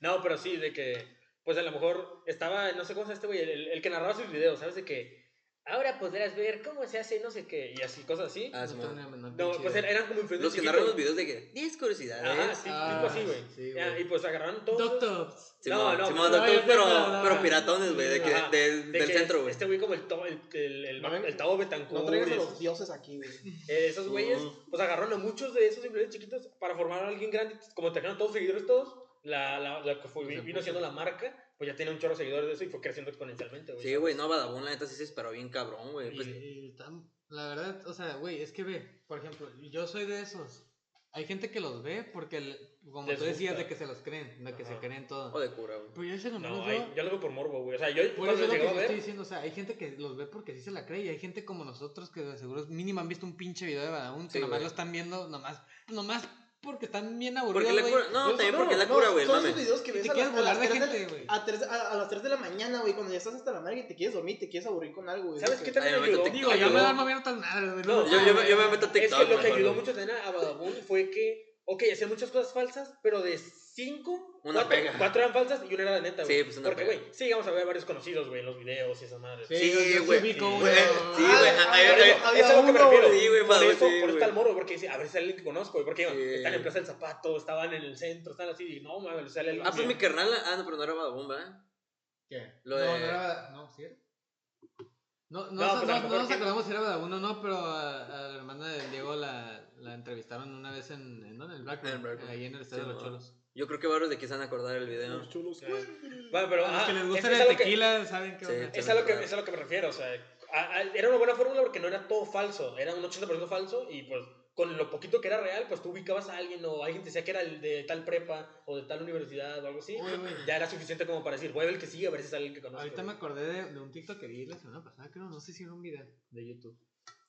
Speaker 1: No, pero sí, de que, pues a lo mejor estaba, no sé cómo se este güey, el, el que narraba sus videos, ¿sabes? De que ahora podrás ver cómo se hace, no sé qué, y así, cosas así.
Speaker 3: ah, sí,
Speaker 4: No
Speaker 3: man.
Speaker 4: tengo ni la menor
Speaker 1: no,
Speaker 4: pinche
Speaker 1: pues
Speaker 4: idea.
Speaker 1: eran como influencers
Speaker 3: los que
Speaker 1: chiquitos.
Speaker 3: narran los videos de que 10 curiosidades. ¿eh?
Speaker 1: Ajá, sí,
Speaker 4: Ah,
Speaker 1: tipo así, güey.
Speaker 4: sí,
Speaker 1: Ya,
Speaker 4: güey.
Speaker 1: y pues agarraron todos.
Speaker 4: Doctops.
Speaker 3: Sí,
Speaker 1: No,
Speaker 3: man,
Speaker 1: no,
Speaker 3: sí, man,
Speaker 1: no,
Speaker 3: doctor,
Speaker 4: no,
Speaker 3: pero,
Speaker 4: no, no,
Speaker 3: pero
Speaker 4: no.
Speaker 3: piratones, güey, de que,
Speaker 1: Ajá,
Speaker 3: del,
Speaker 1: de
Speaker 3: del
Speaker 1: que
Speaker 3: centro, güey.
Speaker 1: Este güey como el, to, el, el, el,
Speaker 2: No
Speaker 1: el,
Speaker 2: me-
Speaker 1: Tavo Betancourt.
Speaker 2: No traigas a
Speaker 1: esos-
Speaker 2: los dioses aquí, güey.
Speaker 1: Eh, esos güeyes,
Speaker 3: Ujú.
Speaker 1: pues agarraron a muchos de esos influencers chiquitos para formar a alguien grande. Como tenían todos seguidores todos, la, la, la que fue-
Speaker 4: Pues se
Speaker 1: vino siendo la marca, pues ya tiene un chorro de seguidores de eso y fue creciendo exponencialmente, güey.
Speaker 3: Sí, güey, no, Badabun, la neta sí se esperó bien cabrón, güey. Pues,
Speaker 4: Y- y tam- La verdad, o sea, güey, es que ve, por ejemplo, yo soy de esos. Hay gente que los ve porque, el- como
Speaker 1: Les
Speaker 4: tú decías,
Speaker 1: gusta.
Speaker 4: de que se los creen, de que se
Speaker 1: Ajá.
Speaker 4: creen
Speaker 3: o
Speaker 4: todo.
Speaker 3: de cura, güey.
Speaker 4: Pero yo ese no, me
Speaker 1: No,
Speaker 4: los
Speaker 1: ay,
Speaker 4: veo.
Speaker 1: yo lo veo por morbo, güey. O sea, yo
Speaker 4: Por eso
Speaker 1: cuando
Speaker 4: es lo que
Speaker 1: llegaba
Speaker 4: yo
Speaker 1: a ver,
Speaker 4: estoy diciendo, o sea, hay gente que los ve porque sí se la cree y hay gente como nosotros que de seguro mínimo han visto un pinche video de Badabun que
Speaker 3: Sí,
Speaker 4: nomás
Speaker 3: güey.
Speaker 4: lo están viendo, nomás, nomás porque están bien
Speaker 3: Porque
Speaker 4: aburridos,
Speaker 3: la
Speaker 4: güey.
Speaker 3: cura, no,
Speaker 2: Yo-
Speaker 3: también porque es la cura, güey, el
Speaker 2: Son
Speaker 3: mame.
Speaker 2: esos videos que
Speaker 4: Y
Speaker 2: ves
Speaker 4: te
Speaker 2: a, la-
Speaker 4: quieres volar
Speaker 2: a
Speaker 4: de
Speaker 2: las 3 de,
Speaker 4: gente, güey.
Speaker 2: a tres- a- a las 3 de la mañana, güey, cuando ya estás hasta la madre y te quieres dormir, te quieres aburrir con algo, güey.
Speaker 1: ¿sabes
Speaker 2: De
Speaker 1: qué
Speaker 2: que-
Speaker 1: también
Speaker 3: Ay, me
Speaker 1: ayudó?
Speaker 3: meto
Speaker 4: Digo, yo
Speaker 3: TikTok,
Speaker 4: me
Speaker 3: güey.
Speaker 4: dan moviendo tan madre, güey.
Speaker 1: No,
Speaker 4: no
Speaker 3: Yo, yo, me-
Speaker 4: mames.
Speaker 3: yo me meto a
Speaker 1: Es
Speaker 3: TikTok.
Speaker 1: que lo que
Speaker 3: mejor,
Speaker 1: ayudó
Speaker 3: güey.
Speaker 1: mucho también a Badabun fue que, ok, hacía muchas cosas falsas, pero de cinco,
Speaker 3: Una
Speaker 1: cuatro,
Speaker 3: pega.
Speaker 1: cuatro eran falsas y una era la neta,
Speaker 3: Sí,
Speaker 1: güey.
Speaker 3: pues una
Speaker 1: Porque,
Speaker 3: pega.
Speaker 1: güey, sí, vamos a ver varios conocidos, güey, en los videos y esas madres.
Speaker 4: Sí,
Speaker 3: Sí,
Speaker 4: yo- yo sí
Speaker 3: güey.
Speaker 4: ubico
Speaker 1: Sí,
Speaker 4: uno.
Speaker 3: güey, sí,
Speaker 2: Ah,
Speaker 3: güey,
Speaker 2: ah,
Speaker 3: ahí-
Speaker 1: Por
Speaker 3: ahí-
Speaker 1: eso,
Speaker 2: había
Speaker 1: eso es lo que me
Speaker 2: uno,
Speaker 1: refiero.
Speaker 3: sí, güey,
Speaker 1: por
Speaker 3: madre,
Speaker 1: eso,
Speaker 3: sí,
Speaker 1: por eso está
Speaker 3: güey.
Speaker 1: el moro, porque dice, a ver si sale alguien que conozco, güey, porque
Speaker 3: Sí.
Speaker 1: están en Plaza del Zapato, estaban en el centro, están así, y no, mames, sale el
Speaker 3: Ah, pues mi carnal, ah, no, pero no era Badabun, ¿verdad?
Speaker 4: ¿Qué?
Speaker 3: Lo
Speaker 4: no,
Speaker 3: de-
Speaker 4: no era- no, ¿sí? era? No, no,
Speaker 1: No,
Speaker 4: sa-
Speaker 1: pues, a
Speaker 4: no,
Speaker 1: lo mejor
Speaker 4: no nos
Speaker 1: que-
Speaker 4: acordamos si era Badabun o no, pero a, a la hermana de Diego la, la entrevistaron una vez en, ¿en dónde? En el Blackwood,
Speaker 3: En el Blackwood.
Speaker 4: ahí en el Estadio
Speaker 3: Sí,
Speaker 4: de los
Speaker 3: no.
Speaker 4: Cholos.
Speaker 3: Yo creo que varios de aquí se van a acordar del video.
Speaker 2: Los chulos.
Speaker 1: Sí. Va, pero,
Speaker 4: a los
Speaker 1: ah,
Speaker 4: que les gusta
Speaker 1: es- es
Speaker 4: el
Speaker 1: a lo que-
Speaker 4: tequila saben qué
Speaker 3: Sí.
Speaker 4: onda.
Speaker 1: Es a, lo que, es a lo que me refiero, o sea, a- a- era una buena fórmula porque no era todo falso, era un 80% falso y pues con lo poquito que era real, pues tú ubicabas a alguien o alguien te decía que era el de tal prepa o de tal universidad o algo así,
Speaker 4: Oye, güey.
Speaker 1: ya era suficiente como para decir, voy a ver el que sigue a ver si es alguien que conozco.
Speaker 4: Ahorita me
Speaker 1: güey".
Speaker 4: acordé de, de un TikTok que vi la semana pasada, creo, no sé si era un video de YouTube.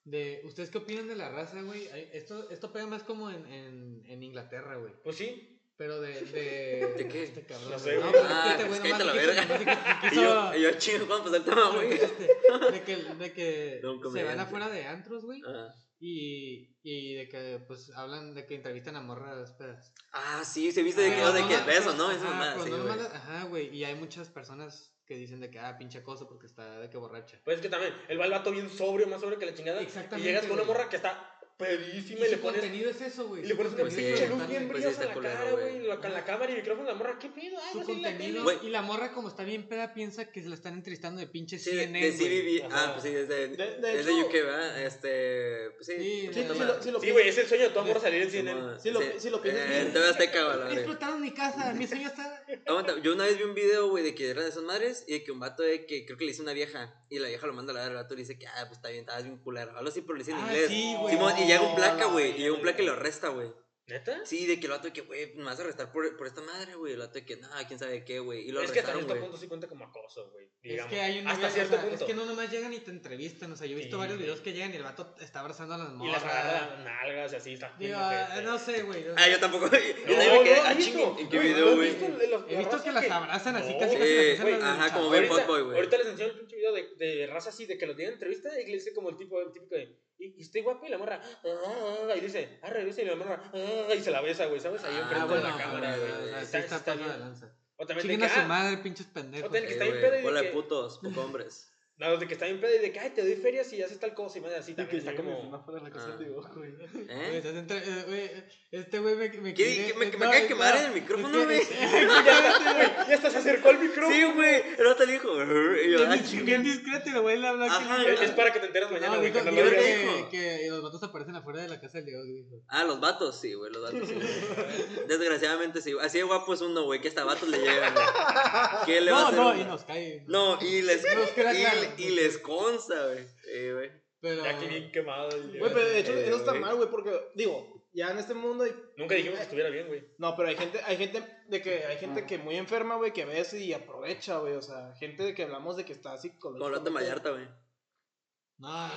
Speaker 4: De, ¿Ustedes qué opinan de la raza, güey? Ay, Esto, esto pega más como en, en, en Inglaterra, güey.
Speaker 1: Pues sí,
Speaker 4: Pero de... ¿De,
Speaker 3: ¿De qué?
Speaker 4: Este cabrón.
Speaker 1: No sé, güey.
Speaker 4: pero
Speaker 3: Ah,
Speaker 4: este güey
Speaker 3: pues cállate
Speaker 4: nomás
Speaker 3: la
Speaker 4: quiso-
Speaker 3: verga.
Speaker 4: nomás quiso-
Speaker 3: Y yo, y yo chingo, ¿cuándo pasó el tema,
Speaker 4: quiso-
Speaker 3: güey?
Speaker 4: este, De que, de que
Speaker 3: De un
Speaker 4: se van
Speaker 3: comediante.
Speaker 4: afuera de antros, güey.
Speaker 3: Ah.
Speaker 4: Y, y de que, pues, hablan de que entrevistan a morras pedas.
Speaker 3: Ah, sí, se viste de que,
Speaker 4: Pero
Speaker 3: de
Speaker 4: no
Speaker 3: que
Speaker 4: la-
Speaker 3: beso, ¿no?
Speaker 4: ajá,
Speaker 3: Esa mamada,
Speaker 4: pero
Speaker 3: sí,
Speaker 4: no
Speaker 3: güey.
Speaker 4: nomás la- Ajá, güey. Y hay muchas personas que dicen de que, ah, pinche cosa porque está de que borracha.
Speaker 1: pues es que también, el va el vato bien sobrio, más sobrio que la chingada,
Speaker 4: Exactamente,
Speaker 1: y llegas con una
Speaker 4: güey.
Speaker 1: morra que está
Speaker 4: Y
Speaker 1: pedísima y,
Speaker 4: su
Speaker 1: le pones...
Speaker 4: contenido es eso, güey.
Speaker 1: Y le pones una
Speaker 3: Pues sí,
Speaker 1: pinche luz
Speaker 3: pues
Speaker 1: bien
Speaker 3: sí,
Speaker 1: brillosa
Speaker 3: está
Speaker 1: en la
Speaker 3: culero,
Speaker 1: cara,
Speaker 3: güey.
Speaker 1: güey, la- con la cámara y el micrófono, la morra, ¿qué pedo? Ay,
Speaker 4: Su
Speaker 1: no sé, Ah, la tele.
Speaker 4: contenido.
Speaker 3: Güey.
Speaker 4: Y la morra, como está bien peda, piensa que se la están entrevistando de pinche
Speaker 3: Sí, de,
Speaker 4: CNN,
Speaker 3: de
Speaker 4: güey.
Speaker 3: CBB. Ah,
Speaker 1: Ajá.
Speaker 3: pues sí, es de,
Speaker 2: De- de
Speaker 3: es de
Speaker 2: hecho-
Speaker 3: UK, ¿verdad? Este, pues sí.
Speaker 4: Sí,
Speaker 3: pues
Speaker 2: Sí,
Speaker 4: de-
Speaker 3: no
Speaker 2: si
Speaker 3: mames.
Speaker 2: lo, si lo
Speaker 1: Sí, güey, es el sueño de toda morra salir en
Speaker 3: Sí,
Speaker 1: CNN.
Speaker 3: no,
Speaker 2: si lo- si lo piensas
Speaker 3: Eh,
Speaker 2: bien.
Speaker 3: En TV Azteca, güey, la verga.
Speaker 4: Explotaron mi casa, mi sueño está.
Speaker 3: Aguanta, yo una vez vi un video, güey, de que era de esas madres y de que un vato de que creo que le dice una vieja y la vieja lo manda a la verga, el vato le dice que, ah, pues está bien, estabas bien culero. Hablo así, pero le dice en
Speaker 4: Ah,
Speaker 3: inglés.
Speaker 4: sí, güey.
Speaker 3: Simón, y llega un placa,
Speaker 2: No,
Speaker 3: güey, y
Speaker 2: la
Speaker 3: llega un placa y lo
Speaker 2: verga.
Speaker 3: arresta, güey.
Speaker 1: ¿Neta?
Speaker 3: Sí, de que el vato de que, güey, me vas a arrestar por, por esta madre, güey. El vato de que, nah, quién sabe qué, güey. Y lo
Speaker 1: es que hasta
Speaker 3: arrestaron,
Speaker 1: cierto
Speaker 3: güey.
Speaker 1: punto sí cuenta como acoso, güey.
Speaker 4: Es
Speaker 1: digamos.
Speaker 4: que hay un
Speaker 1: Hasta
Speaker 4: nivel, o
Speaker 1: cierto
Speaker 4: sea,
Speaker 1: punto.
Speaker 4: Es que no nomás llegan y te entrevistan. O sea, yo he visto
Speaker 1: Sí,
Speaker 4: varios
Speaker 1: güey.
Speaker 4: videos que llegan y el vato está abrazando a las
Speaker 1: Y
Speaker 4: morras.
Speaker 1: las agarra nalgas y así, está
Speaker 4: Digo,
Speaker 1: bien
Speaker 4: ah,
Speaker 1: ojete.
Speaker 4: no sé, güey. o sea,
Speaker 3: Ah, yo tampoco. Yo
Speaker 1: No,
Speaker 3: también me quedé,
Speaker 1: no,
Speaker 3: ah,
Speaker 1: no,
Speaker 3: chingo,
Speaker 1: no,
Speaker 3: ¿en qué
Speaker 1: no,
Speaker 3: video,
Speaker 1: no,
Speaker 3: güey?
Speaker 1: ¿viste el- los-
Speaker 4: He
Speaker 1: la
Speaker 4: visto
Speaker 1: raza
Speaker 4: que las abrazan así,
Speaker 1: No,
Speaker 4: casi casi
Speaker 1: güey.
Speaker 4: las
Speaker 3: Eh,
Speaker 4: abrazan a las
Speaker 3: ajá, como
Speaker 4: luchas.
Speaker 3: ver
Speaker 1: Ahorita,
Speaker 3: Hot Boy, güey.
Speaker 1: ahorita les enseño el pinche video de, de raza así, de que los tienen entrevista y le dice como el tipo, el típico de, y, y estoy guapo y la morra, ah, y dice, ah, revisa y la morra, ah, y se la besa, güey, ¿sabes? Ahí
Speaker 3: Ah,
Speaker 1: enfrente de la
Speaker 3: bueno,
Speaker 1: cámara,
Speaker 3: güey,
Speaker 1: güey.
Speaker 3: o sea,
Speaker 1: Está- está
Speaker 4: pasando
Speaker 1: bien.
Speaker 4: de lanza.
Speaker 1: O también de
Speaker 4: Chinguen
Speaker 1: que,
Speaker 4: a su
Speaker 1: ah,
Speaker 4: madre, pinches pendejos.
Speaker 1: Otra-
Speaker 3: Eh,
Speaker 1: que está bien
Speaker 3: güey,
Speaker 1: pedo y de
Speaker 3: Bola de
Speaker 1: que-
Speaker 3: putos, poco hombres.
Speaker 1: no, de que está bien pedo y de que, ay, te doy ferias y haces tal cosa y madre así,
Speaker 2: De que
Speaker 1: también está
Speaker 2: llegue mi
Speaker 1: como...
Speaker 2: mamá fuera de la casa
Speaker 3: Ah.
Speaker 2: de ojo, güey.
Speaker 4: Güey,
Speaker 3: ¿Eh?
Speaker 4: estás entre- eh, güey, Este güey me, me
Speaker 3: ¿Qué-
Speaker 4: quiere- eh,
Speaker 3: qué- me- me
Speaker 4: no,
Speaker 3: acaba de
Speaker 4: no,
Speaker 3: quemar en el
Speaker 4: es que-
Speaker 3: micrófono, güey?
Speaker 4: Exactamente,
Speaker 1: Y hasta se acercó al micrófono.
Speaker 3: Sí, güey. El vato le dijo, "Arr", y yo, ah,
Speaker 4: güey. Bien- Bien
Speaker 3: chingue.
Speaker 4: discreto, el güey le habla aquí.
Speaker 3: Ajá,
Speaker 1: Es es para que te enteres mañana,
Speaker 4: No,
Speaker 1: güey.
Speaker 4: dijo,
Speaker 1: cuando
Speaker 4: dijo
Speaker 1: lo
Speaker 3: yo
Speaker 1: veas.
Speaker 3: te-
Speaker 4: que,
Speaker 3: dijo.
Speaker 4: que los vatos aparecen afuera de la casa del Diego. dijo.
Speaker 3: Ah, los vatos, sí, güey, los vatos, sí. güey. Desgraciadamente, sí. güey. Así de guapo es uno, güey, que hasta vatos le llegan, güey. ¿Qué le va
Speaker 4: No,
Speaker 3: a hacer?
Speaker 4: no,
Speaker 3: uno?
Speaker 4: y nos cae.
Speaker 3: No, y les,
Speaker 4: Nos queda
Speaker 3: y-
Speaker 4: claro.
Speaker 3: y les consta, güey. Sí, güey.
Speaker 4: Pero.
Speaker 1: Ya que bien quemado. el-
Speaker 2: Güey, pero de hecho,
Speaker 3: Eh,
Speaker 2: eso está
Speaker 3: güey.
Speaker 2: mal, güey, porque, digo, ya en este mundo hay
Speaker 1: Nunca dijimos que estuviera bien, güey.
Speaker 2: No, pero hay gente, hay gente de que hay gente que muy enferma, güey, que ves y aprovecha, güey. O sea, gente de que hablamos de que está así con
Speaker 3: Como el vato de Vallarta, güey.
Speaker 4: No,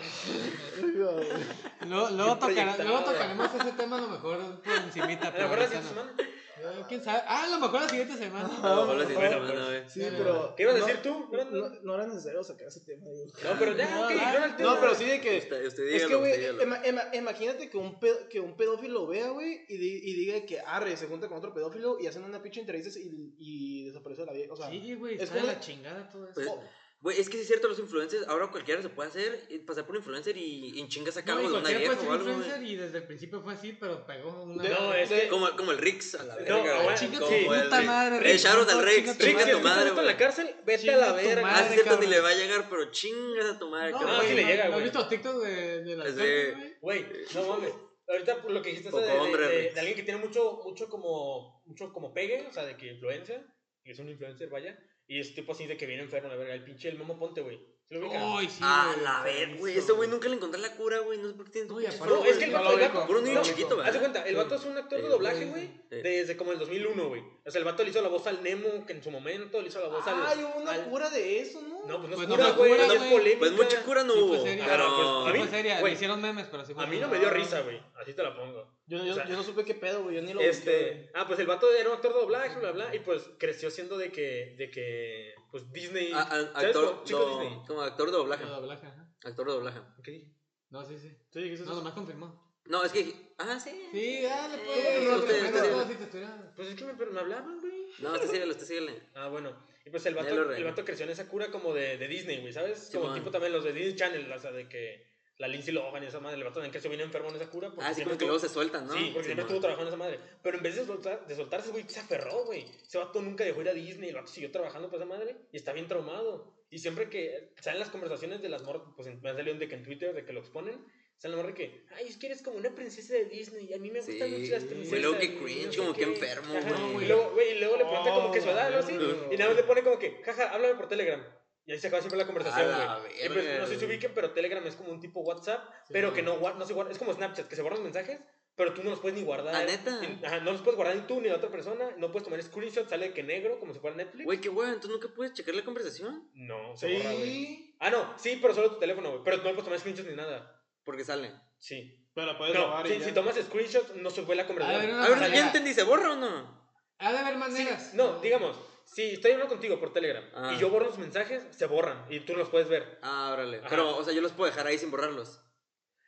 Speaker 2: Yo
Speaker 4: luego, luego,
Speaker 1: Bien
Speaker 4: tocará- luego
Speaker 1: proyectado.
Speaker 4: tocaremos ese tema a lo mejor por encimita.
Speaker 1: A lo
Speaker 4: pero
Speaker 1: mejor la
Speaker 4: ahorita
Speaker 1: siguiente
Speaker 4: no.
Speaker 1: semana.
Speaker 4: Eh, ¿Quién sabe? Ah, a lo mejor la siguiente semana.
Speaker 3: Como la siguiente
Speaker 1: bueno,
Speaker 3: semana, güey.
Speaker 2: Sí,
Speaker 4: Ya, ya,
Speaker 2: pero.
Speaker 1: ¿Qué ibas a
Speaker 2: no-
Speaker 1: decir tú?
Speaker 2: No,
Speaker 1: Brandon?
Speaker 2: no era necesario sacar ese tema, güey.
Speaker 1: No, pero ya,
Speaker 4: No,
Speaker 1: ok,
Speaker 4: no,
Speaker 1: ignora el tema.
Speaker 2: No, pero sí de que.
Speaker 3: Usted, usted
Speaker 2: Es que,
Speaker 3: dígalo, usted
Speaker 2: güey,
Speaker 4: em,
Speaker 3: dígalo.
Speaker 2: ema- ema- imagínate que un, pedo- que un pedófilo vea, güey, y, di- y diga que arre, se junta con otro pedófilo y hacen una pinche entrevista y, y desaparece la vieja. O sea,
Speaker 4: Sí, güey,
Speaker 2: Es
Speaker 4: está de
Speaker 2: como-
Speaker 4: la chingada todo eso.
Speaker 3: Pues,
Speaker 4: No,
Speaker 3: Güey, es que sí es cierto, los influencers, ahora cualquiera se puede hacer, eh, pasar por influencer y, y en chinga
Speaker 4: y
Speaker 3: sacar algo de una
Speaker 4: cualquiera
Speaker 3: vieja
Speaker 4: puede ser
Speaker 3: o algo, güey.
Speaker 4: influencer y desde el principio fue así, pero pegó una.
Speaker 2: de-
Speaker 1: No, es
Speaker 2: de-
Speaker 1: que-
Speaker 3: Como, como el Rix, a la verga,
Speaker 1: No,
Speaker 3: güey.
Speaker 1: güey,
Speaker 4: ah, chinga
Speaker 1: como
Speaker 4: tu
Speaker 1: el
Speaker 4: puta
Speaker 3: Rix.
Speaker 4: madre.
Speaker 3: Eh, shout out al Rix,
Speaker 4: chinga
Speaker 1: Rick,
Speaker 4: tu
Speaker 3: chinga
Speaker 1: si
Speaker 4: madre.
Speaker 3: tu madre,
Speaker 1: estás en la
Speaker 3: güey.
Speaker 1: cárcel, vete a
Speaker 4: Chinga
Speaker 1: la
Speaker 4: tu
Speaker 1: verga.
Speaker 3: Ah, sí es
Speaker 4: madre,
Speaker 3: cierto, ni
Speaker 4: cabrón.
Speaker 3: le va a llegar, pero chingas a tu madre,
Speaker 4: No,
Speaker 1: Ah,
Speaker 3: cabrón.
Speaker 1: sí le
Speaker 4: güey,
Speaker 1: llega,
Speaker 4: ¿no has
Speaker 1: güey.
Speaker 4: visto TikTok de, de la
Speaker 3: Es
Speaker 4: cárcel,
Speaker 3: de-
Speaker 4: güey?
Speaker 1: Güey, no mames. Ahorita por lo que dijiste eso
Speaker 3: Poco
Speaker 1: de, de-
Speaker 3: hombre,
Speaker 1: de-
Speaker 3: güey.
Speaker 1: de alguien que tiene mucho, mucho como, mucho como pegue, o sea, de que influencia, que es un influencer, vaya, y es tipo así de que viene enfermo, la verga, el pinche el Momo Ponte, güey. ¿Sí lo ubicas?
Speaker 4: Ay, sí,
Speaker 3: Ah,
Speaker 4: güey,
Speaker 3: la
Speaker 4: enfermizo,
Speaker 3: ver, güey. Ese güey nunca le encontré la cura, güey. No sé por qué tiene.
Speaker 4: No, y aparte,
Speaker 1: No, es que el
Speaker 4: no
Speaker 1: vato,
Speaker 4: lo
Speaker 1: el
Speaker 4: ubico,
Speaker 1: vato-
Speaker 3: Por un niño
Speaker 1: no,
Speaker 3: chiquito,
Speaker 1: Haz de
Speaker 3: ¿verdad?
Speaker 1: cuenta, el vato es un actor de
Speaker 3: Sí,
Speaker 1: doblaje,
Speaker 4: sí,
Speaker 1: güey,
Speaker 3: sí.
Speaker 1: desde como el 2001, güey. O sea, el vato le hizo la voz al Nemo, que en su momento le hizo la voz
Speaker 2: Ay,
Speaker 1: al...
Speaker 2: hubo una
Speaker 1: pues, al-
Speaker 2: cura de eso, ¿no?
Speaker 1: No, pues no
Speaker 4: Pues
Speaker 1: es
Speaker 4: no
Speaker 1: cura,
Speaker 4: fue
Speaker 1: güey,
Speaker 4: cura,
Speaker 1: es
Speaker 4: güey.
Speaker 1: polémica.
Speaker 3: Pues mucha cura no
Speaker 4: Sí fue
Speaker 3: hubo.
Speaker 4: seria.
Speaker 1: Ah,
Speaker 3: Pero.
Speaker 1: pues,
Speaker 4: No
Speaker 1: a mí-
Speaker 4: fue seria,
Speaker 1: güey,
Speaker 4: le hicieron memes, pero sí fue
Speaker 1: A mí no
Speaker 4: como-
Speaker 1: me dio risa, güey, así te la pongo.
Speaker 2: Yo, yo,
Speaker 1: O sea-
Speaker 2: yo no supe qué pedo, güey. Yo ni lo
Speaker 1: Este, ah, pues el vato era un actor de doblaje, bla, bla, y pues creció siendo de que, de que, pues Disney.
Speaker 3: a- a-
Speaker 1: ¿sabes?
Speaker 3: Actor.
Speaker 1: Como Chico
Speaker 3: do-
Speaker 1: Disney.
Speaker 3: Como actor de doblaje.
Speaker 4: De
Speaker 1: Ah.
Speaker 4: doblaje, ajá.
Speaker 3: Actor de doblaje.
Speaker 1: ¿Qué dije?
Speaker 4: No, sí, sí.
Speaker 2: Sí, dijiste
Speaker 4: No,
Speaker 2: eso.
Speaker 4: nomás confirmó.
Speaker 3: No, es que. Ah, sí.
Speaker 4: Sí, dale, pues.
Speaker 3: Eh,
Speaker 4: no,
Speaker 3: usted-
Speaker 4: te
Speaker 3: usted
Speaker 4: ofendas,
Speaker 3: dígale.
Speaker 4: no, si te estuviera-
Speaker 1: Pues es que me, pero me hablaban, güey.
Speaker 3: No, usted síguelo, usted síguele.
Speaker 1: Ah, bueno. Y pues el
Speaker 3: Ya lo
Speaker 1: vato,
Speaker 3: reí.
Speaker 1: el vato creció en esa cura como de, de Disney, güey, ¿sabes? Como
Speaker 3: Simón.
Speaker 1: tipo también los de Disney Channel, o sea, de que la Lindsay Lohan y esa madre. El vato también creció bien enfermo en esa cura. porque
Speaker 3: Ah, sí,
Speaker 1: siempre
Speaker 3: como que
Speaker 1: estuvo-
Speaker 3: luego se sueltan, ¿no?
Speaker 1: Sí, porque siempre
Speaker 3: Simón.
Speaker 1: estuvo trabajando en esa madre. Pero en vez de, soltar, de soltarse, güey, se aferró, güey. Ese vato nunca dejó ir a Disney. El vato siguió trabajando por esa madre y está bien traumado. Y siempre que salen las conversaciones de las morras, pues en- me han salido de que en Twitter, de que lo exponen, sale la morra que, ay, es que eres como una princesa de Disney. Y a mí me gustan
Speaker 3: Sí,
Speaker 1: mucho las
Speaker 4: güey,
Speaker 1: princesas.
Speaker 3: luego que
Speaker 1: y no
Speaker 3: cringe,
Speaker 1: sé
Speaker 3: como que
Speaker 1: qué".
Speaker 3: enfermo,
Speaker 1: Ajá,
Speaker 4: güey.
Speaker 1: Y luego, güey, y luego le pregunta como que su
Speaker 2: Oh,
Speaker 1: edad, algo así.
Speaker 2: güey.
Speaker 1: Y nada más le pone como que, jaja, háblame por Telegram. Y ahí se acaba siempre la conversación,
Speaker 3: A la
Speaker 1: güey. Y pues,
Speaker 3: verga,
Speaker 1: no sé si
Speaker 3: güey.
Speaker 1: ubiquen, pero Telegram es como un tipo WhatsApp, pero que no, guar- no se guarda. Es como Snapchat, que se borran los mensajes, pero tú no los puedes ni guardar.
Speaker 3: Ah, ¿neta?
Speaker 1: Y- ajá, no los puedes guardar ni tú ni la otra persona. No puedes tomar screenshot, sale que negro, como si fuera Netflix.
Speaker 3: Güey, qué hueva, entonces nunca puedes checar la conversación
Speaker 1: No, se borra, güey.
Speaker 2: Sí.
Speaker 1: Ah, no, sí, pero solo tu teléfono, güey. Pero no puedes tomar screenshots ni nada.
Speaker 3: porque sale.
Speaker 1: Sí.
Speaker 2: Pero la puedes
Speaker 1: No,
Speaker 2: robar y
Speaker 1: sí,
Speaker 2: ya.
Speaker 1: si tomas screenshots, no se ve la
Speaker 4: A ver,
Speaker 1: conversación.
Speaker 4: no,
Speaker 3: A ver,
Speaker 4: manera.
Speaker 3: ya entendí, ¿se borra o no?
Speaker 4: Ha de haber
Speaker 1: Sí,
Speaker 4: maneras.
Speaker 1: no, digamos, si estoy hablando contigo por Telegram
Speaker 3: Ah.
Speaker 1: y yo borro los mensajes, se borran y tú no los puedes ver.
Speaker 3: Ah, órale.
Speaker 1: Ajá.
Speaker 3: Pero, o sea, yo los puedo dejar ahí sin borrarlos.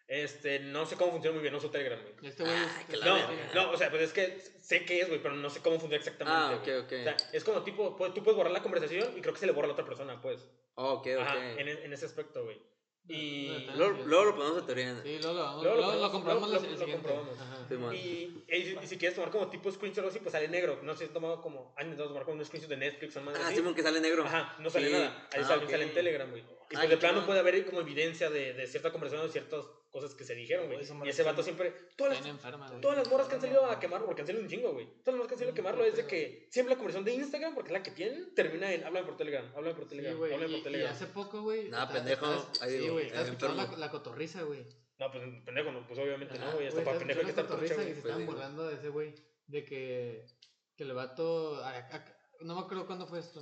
Speaker 1: Este, no sé cómo funciona muy bien, no uso Telegram, güey.
Speaker 4: Este güey es-
Speaker 3: Ah, que la
Speaker 1: No,
Speaker 3: verga.
Speaker 1: no, o sea, pues es que sé qué es, güey, pero no sé cómo funciona exactamente.
Speaker 3: Ah, ok,
Speaker 1: güey.
Speaker 3: ok.
Speaker 1: O sea, es como tipo, pues, tú puedes borrar la conversación y creo que se le borra a la otra persona, pues.
Speaker 3: Oh, ok, ok.
Speaker 1: Ajá, en, e- en ese aspecto, güey. Y,
Speaker 4: Ah,
Speaker 3: Luego,
Speaker 4: sí.
Speaker 3: luego lo ponemos a teoría.
Speaker 4: Sí, luego lo, vamos-
Speaker 1: Luego lo
Speaker 4: luego lo
Speaker 1: probamos,
Speaker 4: comprobamos
Speaker 1: luego
Speaker 4: el-
Speaker 1: lo-
Speaker 4: el
Speaker 1: lo
Speaker 4: siguiente.
Speaker 1: comprobamos.
Speaker 4: Ajá.
Speaker 3: Simón.
Speaker 1: y, y si- y si quieres tomar como tipo screenshot o así, pues sale negro. No sé si has tomado como años de tomar como un screenshot de Netflix o más
Speaker 3: Ah,
Speaker 1: así.
Speaker 3: Simón, que sale negro.
Speaker 1: Ajá, no sale
Speaker 3: Sí.
Speaker 1: nada. Ahí
Speaker 3: Ah,
Speaker 1: sale,
Speaker 3: ok.
Speaker 1: sale en Telegram, güey. Y
Speaker 3: Ah,
Speaker 1: pues
Speaker 3: qué
Speaker 1: de plano
Speaker 3: chingón.
Speaker 1: puede haber como evidencia de, de cierta conversación o ciertas cosas que se dijeron, güey.
Speaker 2: Oh, eso me
Speaker 1: Y ese vato
Speaker 2: parece-
Speaker 1: siempre. Todas
Speaker 4: Bien
Speaker 1: las,
Speaker 4: enferma, güey.
Speaker 1: todas las morras que han salido
Speaker 4: Ah,
Speaker 1: a quemarlo, porque han salido un chingo, güey. Todas las morras que
Speaker 4: Mm,
Speaker 1: han salido a quemarlo es de que siempre la conversación de Instagram, porque es la que tienen, termina en háblame por Telegram, háblame por
Speaker 4: Sí,
Speaker 1: Telegram,
Speaker 4: güey,
Speaker 1: háblame
Speaker 4: y-
Speaker 1: por
Speaker 4: y
Speaker 1: Telegram.
Speaker 4: hace poco, güey.
Speaker 3: Nah,
Speaker 4: ta-
Speaker 3: pendejo,
Speaker 4: estabas-
Speaker 3: ahí
Speaker 4: Sí,
Speaker 3: digo,
Speaker 4: güey.
Speaker 3: ahí
Speaker 4: Estabas escuchando la,
Speaker 3: enfermo.
Speaker 4: la cotorriza, güey.
Speaker 1: No, pues pendejo, no, pues obviamente no,
Speaker 4: Ajá,
Speaker 1: güey. Hasta para
Speaker 4: estabas
Speaker 1: pendejo hay que
Speaker 4: escuchando
Speaker 1: estar
Speaker 4: la cotorriza
Speaker 1: trucha,
Speaker 4: y
Speaker 1: güey.
Speaker 4: se
Speaker 3: pues,
Speaker 4: estaban
Speaker 3: digo.
Speaker 4: burlando de ese güey. De que, que el vato. a- a- no me acuerdo cuándo fue esto.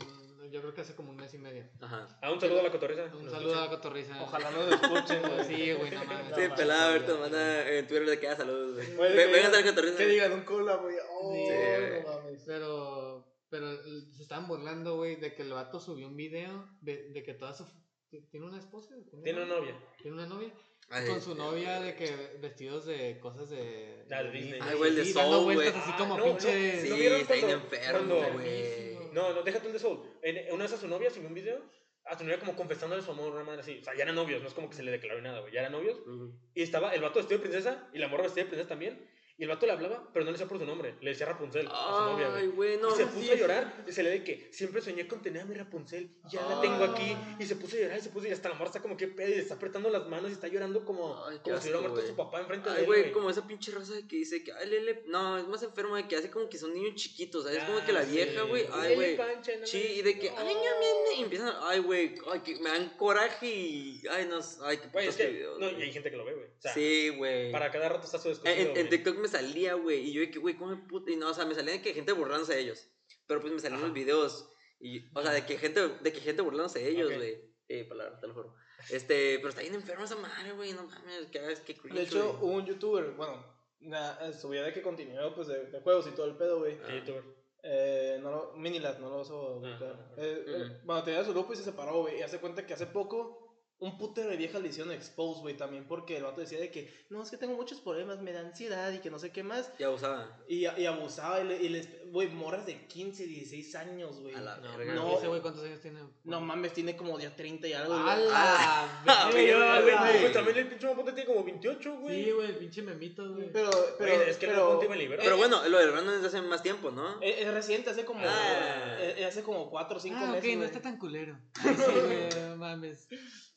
Speaker 4: Yo creo que hace como un mes y medio.
Speaker 3: Ajá.
Speaker 1: Ah, un saludo a la cotorriza.
Speaker 4: Un
Speaker 1: Nos
Speaker 4: saludo a la
Speaker 1: escucha.
Speaker 4: cotorriza.
Speaker 2: Ojalá no lo escuchen, güey.
Speaker 4: Sí, güey, no mames.
Speaker 3: Sí,
Speaker 1: pues,
Speaker 2: No,
Speaker 3: pelada,
Speaker 4: güey,
Speaker 3: ahorita me manda en Twitter de que da saludos. güey. Ve-
Speaker 2: Güey, que
Speaker 3: Vengan a
Speaker 2: digan-
Speaker 3: la cotorriza.
Speaker 2: Que digan un cola, güey. Oh,
Speaker 4: Sí,
Speaker 3: güey.
Speaker 2: no mames.
Speaker 4: Pero, pero el- se estaban burlando, güey, de que el vato subió un video de, de que toda su. ¿Tiene una esposa?
Speaker 1: Tiene una novia.
Speaker 4: ¿Tiene una novia?
Speaker 3: Ay,
Speaker 4: con su
Speaker 3: sí.
Speaker 4: novia de que vestidos de cosas de.
Speaker 1: Ah, de Disney.
Speaker 3: Ay, güey, el de
Speaker 4: sí, dando
Speaker 3: Soul,
Speaker 4: vueltas
Speaker 3: güey.
Speaker 4: así
Speaker 1: Ah,
Speaker 4: como
Speaker 1: no,
Speaker 4: pinche.
Speaker 1: no,
Speaker 3: Sí,
Speaker 1: ¿No vieron
Speaker 3: está bien
Speaker 1: cuando-
Speaker 3: enfermo,
Speaker 1: cuando-
Speaker 3: güey.
Speaker 4: Buenísimo.
Speaker 1: No, no, déjate un de Soul. En, en una de esas su novia subió un video a su novia como confesándole su amor, una madre así. O sea, ya eran novios, no es como que se le declaró ni nada, güey. Ya eran novios.
Speaker 3: Ujú.
Speaker 1: Y estaba el vato vestido de princesa y la morra vestida de princesa también. Y el vato le hablaba, pero no le decía por su nombre. Le decía Rapunzel a su novia,
Speaker 3: Ay,
Speaker 1: güey.
Speaker 3: güey, no.
Speaker 1: y se
Speaker 3: sí,
Speaker 1: puso a
Speaker 3: sí.
Speaker 1: llorar y se le ve que siempre soñé con tener a mi Rapunzel y ya
Speaker 3: Ah.
Speaker 1: la tengo aquí. Y se puso a llorar y se puso y hasta la morra está como que pedo y le está apretando las manos y está llorando como,
Speaker 3: Ay, qué
Speaker 1: como si hubiera
Speaker 3: asco,
Speaker 1: muerto
Speaker 3: güey.
Speaker 1: su papá enfrente de
Speaker 3: Ay,
Speaker 1: él.
Speaker 3: güey,
Speaker 1: güey.
Speaker 3: como esa pinche raza de que dice que, ay, Lele, no, es más enferma de que hace como que son niños chiquitos, ¿sabes? como que la
Speaker 1: Ah, sí.
Speaker 3: vieja, güey, ay,
Speaker 1: Lele
Speaker 3: güey.
Speaker 1: Pancha, no me-
Speaker 3: Sí, y de que, ay, no, no, no, y empiezan, a- ay, güey, ay, que me dan coraje y, ay, no, s- ay, qué
Speaker 1: Güey, es
Speaker 3: putos
Speaker 1: que-
Speaker 3: videos,
Speaker 1: no, y
Speaker 3: güey.
Speaker 1: hay gente que lo ve, güey. O sea,
Speaker 3: Sí, güey.
Speaker 1: para cada rato está su
Speaker 3: En-
Speaker 1: desconocido.
Speaker 3: En, en TikTok me salía, güey, y yo de que, güey, cómo puta, y no, o sea, me salían de que gente burlándose de ellos, pero pues me salían
Speaker 1: Ajá.
Speaker 3: los videos, y, o sea, de que gente, de que gente burlándose de ellos,
Speaker 1: Ok.
Speaker 3: güey. Eh, palabra, te lo juro. Este, pero está bien enferma esa madre, güey, no mames, que hagas que
Speaker 2: De hecho, hubo un youtuber, bueno, na- subía de que continuó pues de, de juegos y todo el pedo, güey.
Speaker 3: Ah.
Speaker 1: Sí, youtuber.
Speaker 2: Eh, no lo, Minilab, no lo uso
Speaker 1: Ajá,
Speaker 2: buscar.
Speaker 1: ajá.
Speaker 2: Eh, eh, bueno, tenía su grupo y se separó, güey. Y hace cuenta que hace poco un putero de vieja le hicieron expose, güey, también porque el vato decía de que, no, es que tengo muchos problemas, me da ansiedad y que no sé qué más.
Speaker 3: Ya usaba.
Speaker 2: Y, y abusaba, y, le- y les, güey, morras de 15, 16 años, güey.
Speaker 3: A la
Speaker 4: No,
Speaker 3: verga.
Speaker 4: no, ese güey, ¿cuántos años tiene?
Speaker 2: No mames, tiene como ya 30 y algo.
Speaker 4: ¡A
Speaker 2: güey.
Speaker 4: la
Speaker 3: Ah,
Speaker 1: Ah, güey,
Speaker 4: verga,
Speaker 3: güey.
Speaker 1: pues también el pinche mapote tiene como 28, güey.
Speaker 4: Sí, güey, el pinche memito, güey.
Speaker 2: Pero, pero,
Speaker 1: Güey, es que
Speaker 2: pero- e,
Speaker 1: el mapote me liberó.
Speaker 3: Pero bueno, lo del Brandon es de hace más tiempo, ¿no?
Speaker 2: Es, es reciente, hace como,
Speaker 3: Ah.
Speaker 2: eh, eh, hace como 4 o 5
Speaker 4: ah, ok,
Speaker 2: meses.
Speaker 4: no
Speaker 2: güey.
Speaker 4: está tan culero. Sí, güey, no mames.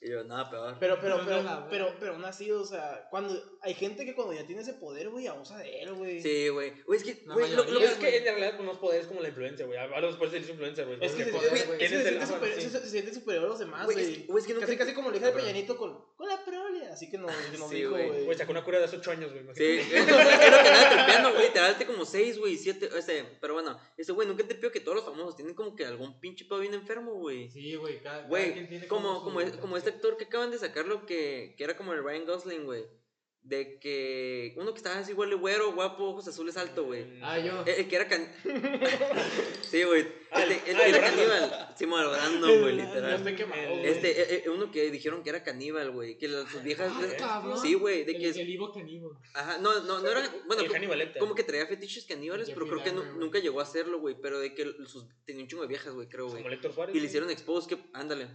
Speaker 3: Y yo, nada, peor.
Speaker 2: Pero, pero,
Speaker 4: No, no,
Speaker 2: pero,
Speaker 4: la-
Speaker 2: pero, pero aún así, o sea, cuando hay gente que cuando ya tiene ese poder, güey, abusa de él, güey.
Speaker 3: Sí, güey. Güey, es que,
Speaker 4: La
Speaker 3: güey, lo, lo
Speaker 1: Lo
Speaker 3: que
Speaker 1: que
Speaker 4: mayoría,
Speaker 1: es que en realidad con los poderes como la influencia, güey. A a los poderes se dice influencia, güey.
Speaker 2: Es que se,
Speaker 1: Porque
Speaker 4: poder,
Speaker 2: es-
Speaker 4: güey.
Speaker 2: es que
Speaker 1: Tienes
Speaker 2: se
Speaker 1: el
Speaker 2: siente
Speaker 1: afán,
Speaker 2: super-
Speaker 1: sí.
Speaker 2: se- se siente superior a los demás,
Speaker 3: Güey, es,
Speaker 2: güey.
Speaker 3: que- güey, es que nunca.
Speaker 2: Casi, casi como le dije al
Speaker 3: Cabrón.
Speaker 2: Peñanito con, con la prole, así que no, que no
Speaker 3: Sí,
Speaker 2: dijo,
Speaker 3: güey. Pues
Speaker 2: güey.
Speaker 1: Güey, sacó una cura de hace 8 años, güey.
Speaker 3: Sí,
Speaker 1: imagínate.
Speaker 3: es lo que andaba tripeando, güey. Te daste como 6, güey, 7. Este, pero bueno, ese güey, nunca te pido que todos los famosos tienen como que algún pinche pedo bien enfermo, güey.
Speaker 4: Sí, güey, cada, cada quien
Speaker 3: Güey,
Speaker 4: tiene
Speaker 3: como,
Speaker 4: su
Speaker 3: como, es- como este
Speaker 4: canción.
Speaker 3: actor que acaban de sacarlo que, que era como el Ryan Gosling, güey. De que uno que estaba así, igual de güero, guapo, ojos azules alto, güey.
Speaker 4: Ah, yo.
Speaker 3: El, el que era can... sí, güey.
Speaker 1: Ah, el-
Speaker 3: Este, el
Speaker 1: ah,
Speaker 3: que
Speaker 1: el
Speaker 3: era
Speaker 1: Brandon.
Speaker 3: caníbal. Sí, bueno, Brandon, güey,
Speaker 2: Ya
Speaker 3: literal.
Speaker 2: estoy quemado,
Speaker 1: El-
Speaker 2: güey.
Speaker 3: Este, eh, eh, uno que dijeron que era caníbal, güey. Que las sus viejas.
Speaker 4: Ah,
Speaker 3: les-
Speaker 4: cabrón.
Speaker 3: este, Sí, güey, de
Speaker 4: el,
Speaker 3: que. es-
Speaker 4: el Ivo Caníbal.
Speaker 3: Ajá, no, no, no era. Bueno,
Speaker 1: el
Speaker 3: co-
Speaker 1: Hannibal Lecter.
Speaker 3: como que traía fetiches caníbales,
Speaker 4: El
Speaker 3: pero creo
Speaker 4: Jeffrey
Speaker 3: que nu-
Speaker 4: Dahmer, güey.
Speaker 3: nunca llegó a hacerlo, güey. Pero de que sus, tenía un chingo de viejas, güey, creo,
Speaker 1: Como
Speaker 3: güey.
Speaker 1: Lector Suárez.
Speaker 3: Y le
Speaker 1: güey.
Speaker 3: hicieron expose, que. Ándale.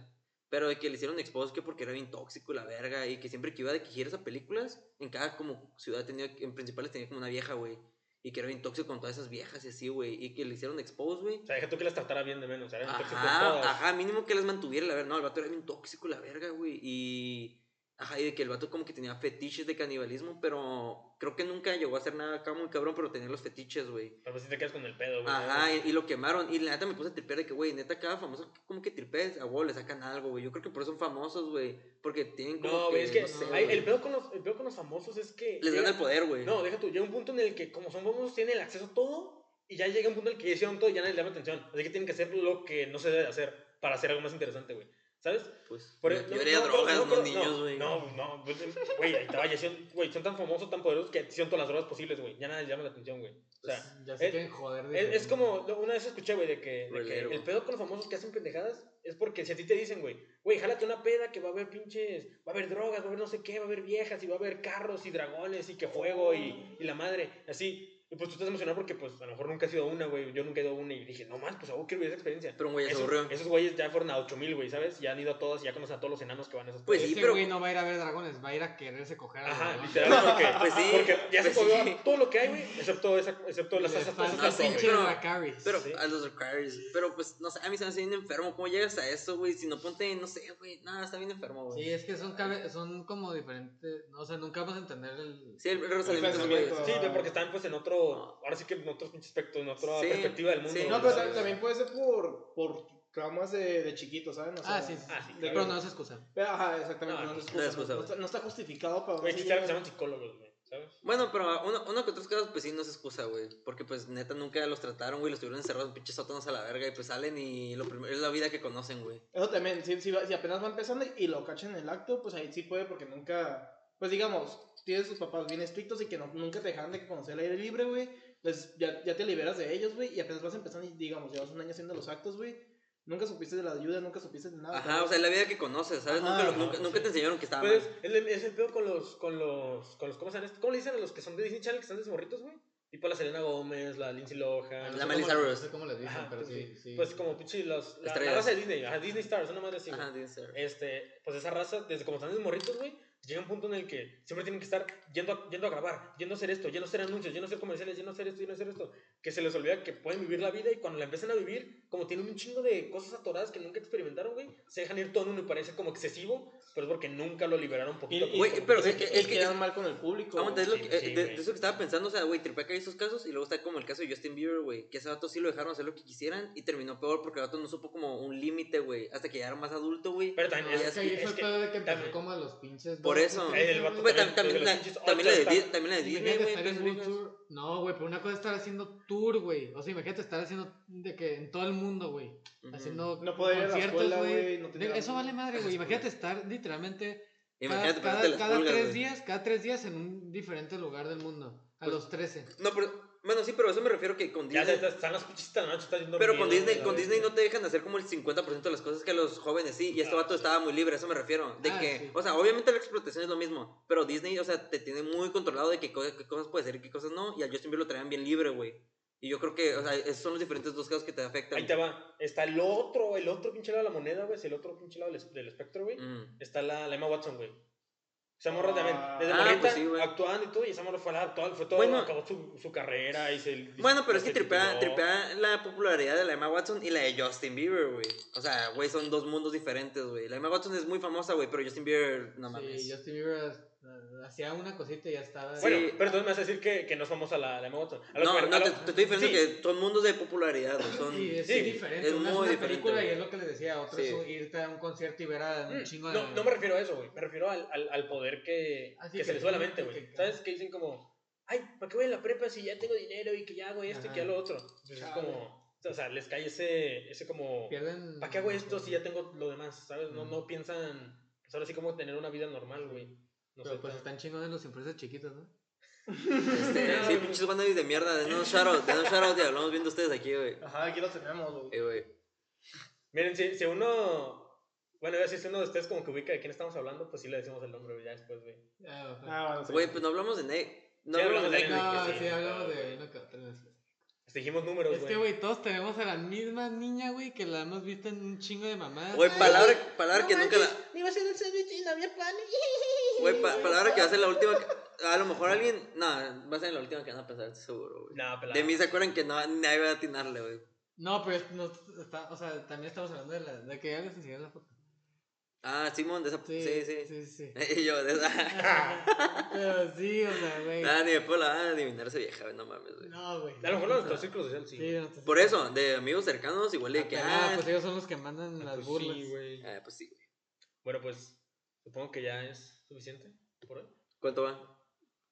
Speaker 3: Pero de que le hicieron expos que porque era bien tóxico y la verga. Y que siempre que iba de que giras a películas, en cada como ciudad tenía, en principales tenía como una vieja, güey. Y que era bien tóxico con todas esas viejas y así, güey. Y que le hicieron expos, güey.
Speaker 1: O sea, deja tú que las tratara bien de menos. Eran tóxicos todas.
Speaker 3: Ajá, ajá, mínimo que las mantuviera, la verga. No, el vato era bien tóxico, la verga, güey. Y. Ajá, y de que el vato como que tenía fetiches de canibalismo, pero creo que nunca llegó a hacer nada acá muy cabrón, pero tenía los fetiches, güey.
Speaker 1: Pero pues sí te quedas con el pedo, güey.
Speaker 3: Ajá, y, y lo quemaron. Y la neta me puse a tripear de que, güey, neta, cada famoso, como que tripees, a huevo le sacan algo, güey. Yo creo que por eso son famosos, güey. Porque tienen como.
Speaker 1: No, güey, es que
Speaker 3: no sé,
Speaker 1: hay-
Speaker 3: güey,
Speaker 1: el, pedo con los, el pedo con los famosos es que...
Speaker 3: Les gana
Speaker 1: llega-
Speaker 3: el poder, güey.
Speaker 1: No, deja tú, llega un punto en el que como son famosos tienen el acceso a todo y ya llega un punto en el que ya hicieron todo y ya nadie le llama atención. Así que tienen que hacer lo que no se debe hacer para hacer algo más interesante, güey. ¿Sabes?
Speaker 3: pues.
Speaker 1: Por
Speaker 3: la
Speaker 1: ejemplo,
Speaker 3: mayoría
Speaker 1: no,
Speaker 3: de
Speaker 1: no,
Speaker 3: drogas, no,
Speaker 1: pero-
Speaker 3: niños, güey.
Speaker 1: No, no, pues, güey, ahí estaba, ya hicieron- güey, son tan famosos, tan poderosos que hicieron todas las drogas posibles, güey. Ya nadie les llama la atención, güey. O sea,
Speaker 4: Ya se
Speaker 1: es-
Speaker 4: quieren joder. de
Speaker 1: es, es
Speaker 4: diferente.
Speaker 1: como, lo- una vez escuché, güey, de que, de que
Speaker 3: Relero.
Speaker 1: el pedo con los famosos que hacen pendejadas es porque si a ti te dicen, güey, güey, jálate una peda que va a haber pinches, va a haber drogas, va a haber no sé qué, va a haber viejas y va a haber carros y dragones y que fuego y, y la madre, así. Y pues tú estás emocionado porque, pues, a lo mejor nunca has ido a una, güey, yo nunca he ido a una y dije, no más, pues, algo quiero vivir esa experiencia.
Speaker 3: Pero, güey, ya se
Speaker 1: Esos-
Speaker 3: aburrió.
Speaker 1: Esos güeyes ya fueron a 8000, güey, ¿sabes? Ya han ido a todas y ya conocen a todos los enanos que van a esas
Speaker 3: Pues
Speaker 1: pedas.
Speaker 3: sí,
Speaker 4: Ese
Speaker 3: pero-
Speaker 4: güey no va a ir a ver dragones, va a ir a quererse coger a
Speaker 1: Ajá,
Speaker 4: dragones.
Speaker 1: literal, porque,
Speaker 3: Pues sí,
Speaker 1: porque ya se
Speaker 3: pues
Speaker 1: comió
Speaker 3: sí.
Speaker 1: todo lo que hay, güey, excepto, esa, excepto las
Speaker 4: Le
Speaker 1: asas.
Speaker 4: falta
Speaker 3: no, ah, sí,
Speaker 4: pinche
Speaker 3: pero-
Speaker 4: Dracarys.
Speaker 3: Pero
Speaker 1: Sí.
Speaker 3: a los requires. Pero pues, no sé, a mí se me hace bien enfermo. ¿Cómo llegas a eso, güey? Si no ponte, no sé, güey. Nada, está bien enfermo, güey.
Speaker 4: Sí, es que son, cabe- son como diferentes. No, o sea, nunca vamos a entender el.
Speaker 3: Sí, el el razonamiento es, güey.
Speaker 2: pensamiento.
Speaker 1: Sí, pero porque están pues en otro, ahora sí que en otro pinche aspecto, en otra
Speaker 3: Sí,
Speaker 1: perspectiva del mundo.
Speaker 3: sí.
Speaker 2: No,
Speaker 1: güey,
Speaker 2: pero
Speaker 1: ¿sabes?
Speaker 2: ta- también puede ser por, por traumas de, de chiquito, ¿saben? O sea,
Speaker 4: Ah, sí, sí.
Speaker 1: Ah, sí,
Speaker 2: de-
Speaker 1: claro.
Speaker 4: Pero no se excusan.
Speaker 2: pero, ajá, exactamente.
Speaker 1: No,
Speaker 2: No,
Speaker 1: no
Speaker 2: es
Speaker 3: no es
Speaker 2: excusa,
Speaker 3: excusa,
Speaker 2: no- no
Speaker 3: güey.
Speaker 2: está, no está justificado para.
Speaker 1: Güey, es que se llaman psicólogos, güey, ¿sabes?
Speaker 3: Bueno, pero uno, uno que otros casos, pues sí, no se excusa, güey. Porque pues neta nunca los trataron, güey. Los tuvieron encerrados en pinches sótanos a la verga. Y pues salen y lo primero es la vida que conocen, güey.
Speaker 2: Eso también, si, si, va- si apenas va empezando y lo cachan en el acto, pues ahí sí puede porque nunca, pues digamos, tienes tus papás bien estrictos y que no- nunca te dejan de conocer el aire libre, güey. Entonces ya, ya te liberas de ellos, güey, y apenas vas empezando y digamos, llevas un año haciendo los actos, güey. Nunca supiste de la ayuda, nunca supiste de nada.
Speaker 3: Ajá, o sea, es la vida que conoces, ¿sabes?
Speaker 2: Ah, Ajá,
Speaker 3: nunca, lo-
Speaker 1: ajá,
Speaker 3: nunca,
Speaker 1: sí.
Speaker 3: nunca te enseñaron que estaba
Speaker 1: Pues
Speaker 3: mal.
Speaker 1: es, el- es el peor con los, con los, con los, ¿cómo se llaman estos? ¿Cómo le dicen a los que son de Disney Channel, que están de morritos, güey? Tipo la Selena Gómez, la Lindsay
Speaker 4: Ah,
Speaker 1: Lohan.
Speaker 4: no
Speaker 3: La
Speaker 4: sé
Speaker 3: Miley
Speaker 4: cómo- No
Speaker 3: Cyrus.
Speaker 4: sé cómo les dicen,
Speaker 1: Ajá,
Speaker 4: pero
Speaker 1: pues
Speaker 4: sí. sí.
Speaker 1: Pues como pinche los, la, la
Speaker 3: Estrellas.
Speaker 1: raza de Disney, ajá, Disney Stars, una madre así, güey.
Speaker 3: Ajá, tiene que ser.
Speaker 1: Este, pues esa raza, desde como están de morritos, güey, llega un punto en el que siempre tienen que estar yendo a, yendo a grabar, yendo a hacer esto, yendo a hacer anuncios, yendo a hacer comerciales, yendo a hacer esto, yendo a hacer esto, que se les olvida que pueden vivir la vida y cuando la empiezan a vivir, como tienen un chingo de cosas atoradas que nunca experimentaron, güey, se dejan ir todo en uno y parece como excesivo, pero es porque nunca lo liberaron
Speaker 2: Y-
Speaker 1: poquito. a
Speaker 2: y-
Speaker 1: poquito.
Speaker 3: Güey, pero
Speaker 2: y
Speaker 3: es
Speaker 2: se-
Speaker 3: que-
Speaker 2: y
Speaker 3: es que-
Speaker 2: quedan mal con el público.
Speaker 3: Aguanta, es lo
Speaker 1: Sí,
Speaker 3: que, eh,
Speaker 1: sí,
Speaker 3: de,
Speaker 1: güey.
Speaker 3: de eso que estaba pensando, o sea, güey, tripea que hay esos casos y luego está como el caso de Justin Bieber, güey, que ese vato sí lo dejaron hacer lo que quisieran y terminó peor porque el vato no supo como un límite, güey, hasta que ya era más adulto, güey.
Speaker 1: Pero
Speaker 4: No,
Speaker 1: también
Speaker 4: es
Speaker 1: es,
Speaker 4: que ahí
Speaker 1: es
Speaker 4: fue el
Speaker 1: que-
Speaker 4: pedo de que empezó
Speaker 1: también-
Speaker 4: como a los pinches.
Speaker 3: Por
Speaker 4: dos,
Speaker 3: eso.
Speaker 4: tres,
Speaker 1: El vato
Speaker 4: güey.
Speaker 3: Pues,
Speaker 1: también-
Speaker 3: Güey, tam-
Speaker 1: desde
Speaker 3: también, la,
Speaker 1: los pinches
Speaker 3: también, la de,
Speaker 1: All-Star.
Speaker 3: Di- también la de Disney,
Speaker 4: Imagínate
Speaker 3: güey,
Speaker 4: estar en
Speaker 3: pues,
Speaker 4: un
Speaker 3: viejas.
Speaker 4: tour. No, güey, pero una cosa es estar haciendo tour, güey. O sea, imagínate estar haciendo de que en todo el mundo, güey.
Speaker 3: Ujú.
Speaker 4: Haciendo
Speaker 2: No poder ir a la escuela, güey, no tener
Speaker 4: De- eso
Speaker 2: amigos.
Speaker 4: vale madre,
Speaker 3: Esas
Speaker 4: güey. Imagínate estar literalmente
Speaker 3: Imagínate
Speaker 4: cada,
Speaker 3: pegarte
Speaker 4: cada,
Speaker 3: las
Speaker 4: cada
Speaker 3: pulgas,
Speaker 4: tres
Speaker 3: güey.
Speaker 4: días, cada tres días en un diferente lugar del mundo. A
Speaker 3: Pues-
Speaker 4: los 13.
Speaker 3: No, pero, bueno, sí, pero a eso me refiero que con
Speaker 1: ya
Speaker 3: Disney...
Speaker 1: se- están las pinches de la noche, estás yendo
Speaker 3: Pero con
Speaker 1: dormido,
Speaker 3: Disney,
Speaker 1: la
Speaker 3: con
Speaker 1: verga.
Speaker 3: Disney no te dejan hacer como el 50% de las cosas que los jóvenes sí, y este
Speaker 1: Ah,
Speaker 3: vato
Speaker 1: sí.
Speaker 3: estaba muy libre, a eso me refiero. De
Speaker 4: Ah,
Speaker 3: que,
Speaker 4: sí.
Speaker 3: o sea, obviamente la explotación es lo mismo, pero Disney, o sea, te tiene muy controlado de qué, co- qué cosas puede ser y qué cosas no, y al Justin Bieber lo traían bien libre, güey. Y yo creo que, o sea, esos son los diferentes dos casos que te afectan.
Speaker 1: Ahí te va. Está el otro, el otro pinche lado de la moneda, güey, es el otro pinche lado del, es- del espectro, güey.
Speaker 3: Mm.
Speaker 1: está la, la Emma Watson, güey. Esa morra también,
Speaker 2: Ah.
Speaker 1: desde
Speaker 3: Ah,
Speaker 1: morrita,
Speaker 3: pues sí, güey.
Speaker 1: actuando y todo, y esa morra fue la actual, fue todo,
Speaker 3: Bueno.
Speaker 1: acabó su, su carrera y se...
Speaker 3: Bueno, pero es
Speaker 1: se
Speaker 3: que tripea,
Speaker 1: tituló.
Speaker 3: tripea la popularidad de la Emma Watson y la de Justin Bieber, güey. O sea, güey, son dos mundos diferentes, güey. La Emma Watson es muy famosa, güey, pero Justin Bieber, no mames.
Speaker 4: sí, Justin Bieber eh, hacía una cosita y ya estaba.
Speaker 1: Bueno,
Speaker 3: Sí.
Speaker 1: pero entonces me vas a decir que, que no es famosa la, la Emma Watson. A lo
Speaker 3: No,
Speaker 1: que me-
Speaker 3: no,
Speaker 1: a lo-
Speaker 3: te, te estoy diciendo
Speaker 1: Sí,
Speaker 3: que son mundos de popularidad, güey. Son...
Speaker 4: Sí, es
Speaker 1: sí,
Speaker 4: diferente.
Speaker 3: es
Speaker 4: una es
Speaker 3: muy
Speaker 4: una
Speaker 3: diferente,
Speaker 4: película y
Speaker 3: güey.
Speaker 4: es lo que les decía. Otra
Speaker 3: Sí.
Speaker 4: es irte a un concierto y ver a un
Speaker 1: Mm,
Speaker 4: chingo de.
Speaker 1: No, no me refiero a eso, güey. Me refiero al, al, al poder que,
Speaker 4: Ah, sí,
Speaker 1: que se
Speaker 4: que
Speaker 1: les sube a la
Speaker 4: sí,
Speaker 1: mente,
Speaker 4: que-
Speaker 1: güey.
Speaker 4: que-
Speaker 1: ¿Sabes? Que dicen como, ay, ¿para qué voy a la prepa si ya tengo dinero y que ya hago esto y que ya
Speaker 4: Ajá.
Speaker 1: lo otro? Entonces es
Speaker 2: Chale.
Speaker 1: como, o sea, les cae ese, ese como...
Speaker 4: Pierden.
Speaker 1: ¿Para qué hago esto si ya tengo lo demás? ¿Sabes? No,
Speaker 4: Mm.
Speaker 1: no piensan, pues ahora sí como tener una vida normal, güey. No
Speaker 4: Pero
Speaker 1: sé,
Speaker 4: pues
Speaker 1: tal.
Speaker 4: están chingones los empresas chiquitas, ¿no?
Speaker 3: Este, sí, pinches wannabes de mierda, de no shoutout, de no shoutout, y hablamos bien de ustedes aquí, güey.
Speaker 2: Ajá, aquí lo tenemos, güey.
Speaker 3: Eh, güey.
Speaker 1: Miren, si, si uno... Bueno, ya si es uno de ustedes como que ubica de quién estamos hablando, pues sí le decimos el nombre güey, ya después, güey.
Speaker 4: Ah, ojalá.
Speaker 2: Ah, bueno, sí.
Speaker 3: Güey, pues no pues hablamos de Nick. No
Speaker 1: Sí, hablamos
Speaker 3: hablamos de
Speaker 1: de
Speaker 3: Nick.
Speaker 1: Nick.
Speaker 4: No,
Speaker 1: sí,
Speaker 4: sí,
Speaker 1: no,
Speaker 4: hablamos
Speaker 1: güey.
Speaker 4: de una que otra vez.
Speaker 1: Dijimos números,
Speaker 4: Es
Speaker 1: güey.
Speaker 4: que, güey, todos tenemos a la misma niña, güey, que la hemos visto en un chingo de mamadas.
Speaker 3: Güey,
Speaker 4: Ay,
Speaker 3: palabra, palabra que nunca la.
Speaker 2: Me iba a hacer el sándwich y no había pan.
Speaker 3: Güey, pa- palabra que va a ser la última. que- A lo mejor alguien. No, va a ser la última que van a pensar, seguro, güey.
Speaker 1: Nah, pelada.
Speaker 3: De mí se acuerdan que no, nadie va a atinarle, güey.
Speaker 4: No, pero es- no, está, o sea, también estamos hablando de la de que ya les enseñé la foto.
Speaker 3: Ah, Simón, de esa. Sí, sí.
Speaker 4: Sí, sí.
Speaker 3: Y yo, de esa.
Speaker 4: pero sí, o sea, güey.
Speaker 3: Nada, ni después la van a adivinar esa vieja, güey, no mames, güey.
Speaker 4: No, güey.
Speaker 1: A lo mejor en nuestro círculo social sí.
Speaker 4: Sí, no te-
Speaker 3: Por eso, de amigos cercanos, igual
Speaker 4: Ah,
Speaker 3: de que.
Speaker 4: pero,
Speaker 3: Ah,
Speaker 4: pues ellos son los que mandan
Speaker 1: Ah,
Speaker 4: las
Speaker 1: pues
Speaker 4: burlas.
Speaker 1: sí, güey.
Speaker 3: ah, pues sí.
Speaker 1: Bueno, pues supongo que ya es suficiente por hoy.
Speaker 3: ¿Cuánto va?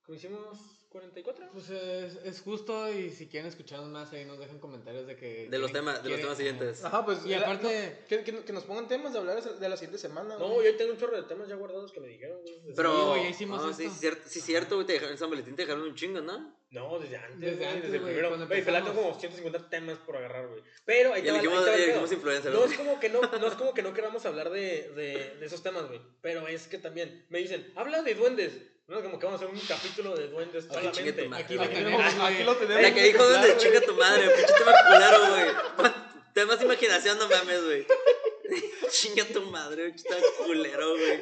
Speaker 1: Como hicimos 44.
Speaker 4: Pues es, es justo y si quieren escucharnos más ahí nos dejan comentarios de que...
Speaker 3: De los
Speaker 4: quieren-
Speaker 3: temas, de
Speaker 4: quieren-
Speaker 3: los
Speaker 1: Ah.
Speaker 3: temas siguientes.
Speaker 2: Ajá, pues.
Speaker 4: Y
Speaker 2: era-
Speaker 4: aparte-
Speaker 2: no, que, que, que nos pongan temas de hablar esa- de la siguiente semana.
Speaker 1: No,
Speaker 2: güey.
Speaker 1: yo ahí tengo un chorro de temas ya guardados que me dijeron, güey. desde-
Speaker 3: Pero.
Speaker 4: Sí, güey, ya hicimos
Speaker 3: ah, sí,
Speaker 4: esto.
Speaker 3: sí, cierto, sí, cierto, güey. te dejaron- En San Valentín te dejaron un chingo, ¿no?
Speaker 1: No, desde antes.
Speaker 4: Desde
Speaker 1: Desde
Speaker 4: antes,
Speaker 1: antes, desde
Speaker 4: güey,
Speaker 1: primero.
Speaker 4: cuando
Speaker 1: Güey, pelada, tengo
Speaker 4: empezamos.
Speaker 1: como 150 temas por agarrar, güey. Pero ahí
Speaker 3: Y
Speaker 1: te va, ahí
Speaker 3: elegimos,
Speaker 1: te va el
Speaker 3: y
Speaker 1: pedo.
Speaker 3: elegimos influencers,
Speaker 1: No
Speaker 3: güey.
Speaker 1: es como que no, no es como que no queramos hablar de, de, de esos temas, güey. Pero es que también me dicen, habla de duendes. No, como que vamos a hacer un capítulo de duendes
Speaker 3: Ay, chingue tu
Speaker 1: solamente.
Speaker 3: madre.
Speaker 1: Aquí
Speaker 4: Lo
Speaker 1: lo
Speaker 4: tenemos,
Speaker 1: tenemos.
Speaker 4: güey.
Speaker 2: Aquí lo tenemos.
Speaker 3: La que dijo
Speaker 2: claro,
Speaker 3: donde
Speaker 2: güey.
Speaker 3: chinga tu madre, pinche tema culero, güey. Pon- Temas de imaginación, no mames, güey. Chinga tu madre, pinche tema culero, güey.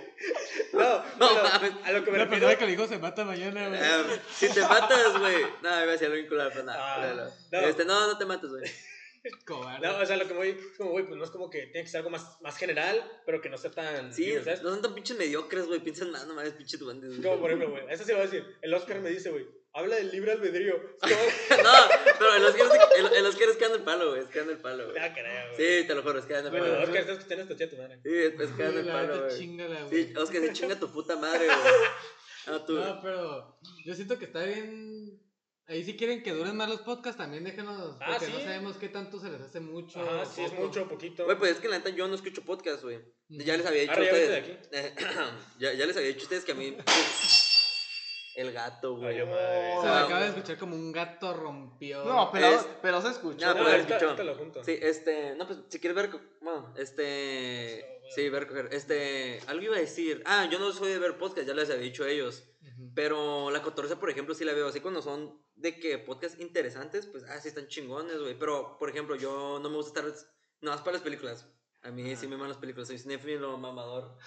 Speaker 1: No,
Speaker 3: No
Speaker 1: pero
Speaker 3: mames.
Speaker 1: A lo que me
Speaker 4: La
Speaker 1: refiero.
Speaker 4: persona que le dijo se mata mañana, güey.
Speaker 3: Eh, si te matas, güey. No, iba a decir algo vinculado, pero nada.
Speaker 1: Ah,
Speaker 3: léelo.
Speaker 1: no.
Speaker 3: Este, no, no te mates, güey.
Speaker 4: Cobarde.
Speaker 1: No, o sea, lo que voy es como, güey, pues no es como que tiene que ser algo más, más general, pero que no sea tan.
Speaker 3: Sí,
Speaker 1: libre, ¿sabes?
Speaker 3: no son tan pinches mediocres, güey. Piensan nada, no mames, pinche duendes, güey.
Speaker 1: Como por ejemplo, güey, eso sí lo voy a decir. El Oscar me dice, güey, habla del libre albedrío.
Speaker 3: No, pero el Oscar, es- el, el Oscar es quedando el palo, güey. Es quedando el palo, güey.
Speaker 1: Ya, caray, güey.
Speaker 3: Sí, te lo juro, es quedando el
Speaker 1: Bueno,
Speaker 3: palo.
Speaker 1: Oscar, estás escuchando esta tía tu madre.
Speaker 3: Sí, es, es
Speaker 4: Sí,
Speaker 3: quedando el
Speaker 4: la
Speaker 3: palo,
Speaker 4: neta,
Speaker 3: güey.
Speaker 4: chíngala, güey.
Speaker 3: Sí, Oscar, sí, chinga tu puta madre, güey. No, tú.
Speaker 4: No, pero yo siento que está bien. Ahí si quieren que duren más los podcasts, también déjenos.
Speaker 1: Ah,
Speaker 4: porque
Speaker 1: sí.
Speaker 4: no sabemos qué tanto se les hace mucho.
Speaker 1: Ah,
Speaker 4: o
Speaker 1: sí, es
Speaker 4: poco.
Speaker 1: mucho, poquito.
Speaker 3: Güey, pues es que la neta yo no escucho podcast, güey.
Speaker 4: Ujú.
Speaker 3: Ya les había dicho a
Speaker 1: Arre, ya
Speaker 3: ustedes.
Speaker 1: vete
Speaker 3: ya, ya les había dicho a ustedes que a mí. pues, El gato,
Speaker 1: Ay,
Speaker 3: güey.
Speaker 1: yo madre.
Speaker 4: Se
Speaker 3: Ah,
Speaker 4: acaba de
Speaker 3: güey.
Speaker 4: escuchar como un gato rompió.
Speaker 2: No, pero,
Speaker 3: Es- pues.
Speaker 2: pero se escuchó.
Speaker 3: No,
Speaker 1: No,
Speaker 3: pero
Speaker 2: güey.
Speaker 1: ahorita,
Speaker 3: escuchó.
Speaker 1: ahorita lo junto.
Speaker 3: Sí, este. No, pues si quieres ver. co- Bueno, este. Sí, ver coger. Este. Algo iba a decir. Ah, yo no soy de ver podcast, ya les había dicho a ellos.
Speaker 4: Ujú.
Speaker 3: Pero la cotorza, por ejemplo, sí la veo así cuando son de que podcast interesantes, pues, ah, sí están chingones, güey. Pero, por ejemplo, yo no me gusta estar. No, es para las películas. A mí sí me van las películas, soy cinéfilo mamador.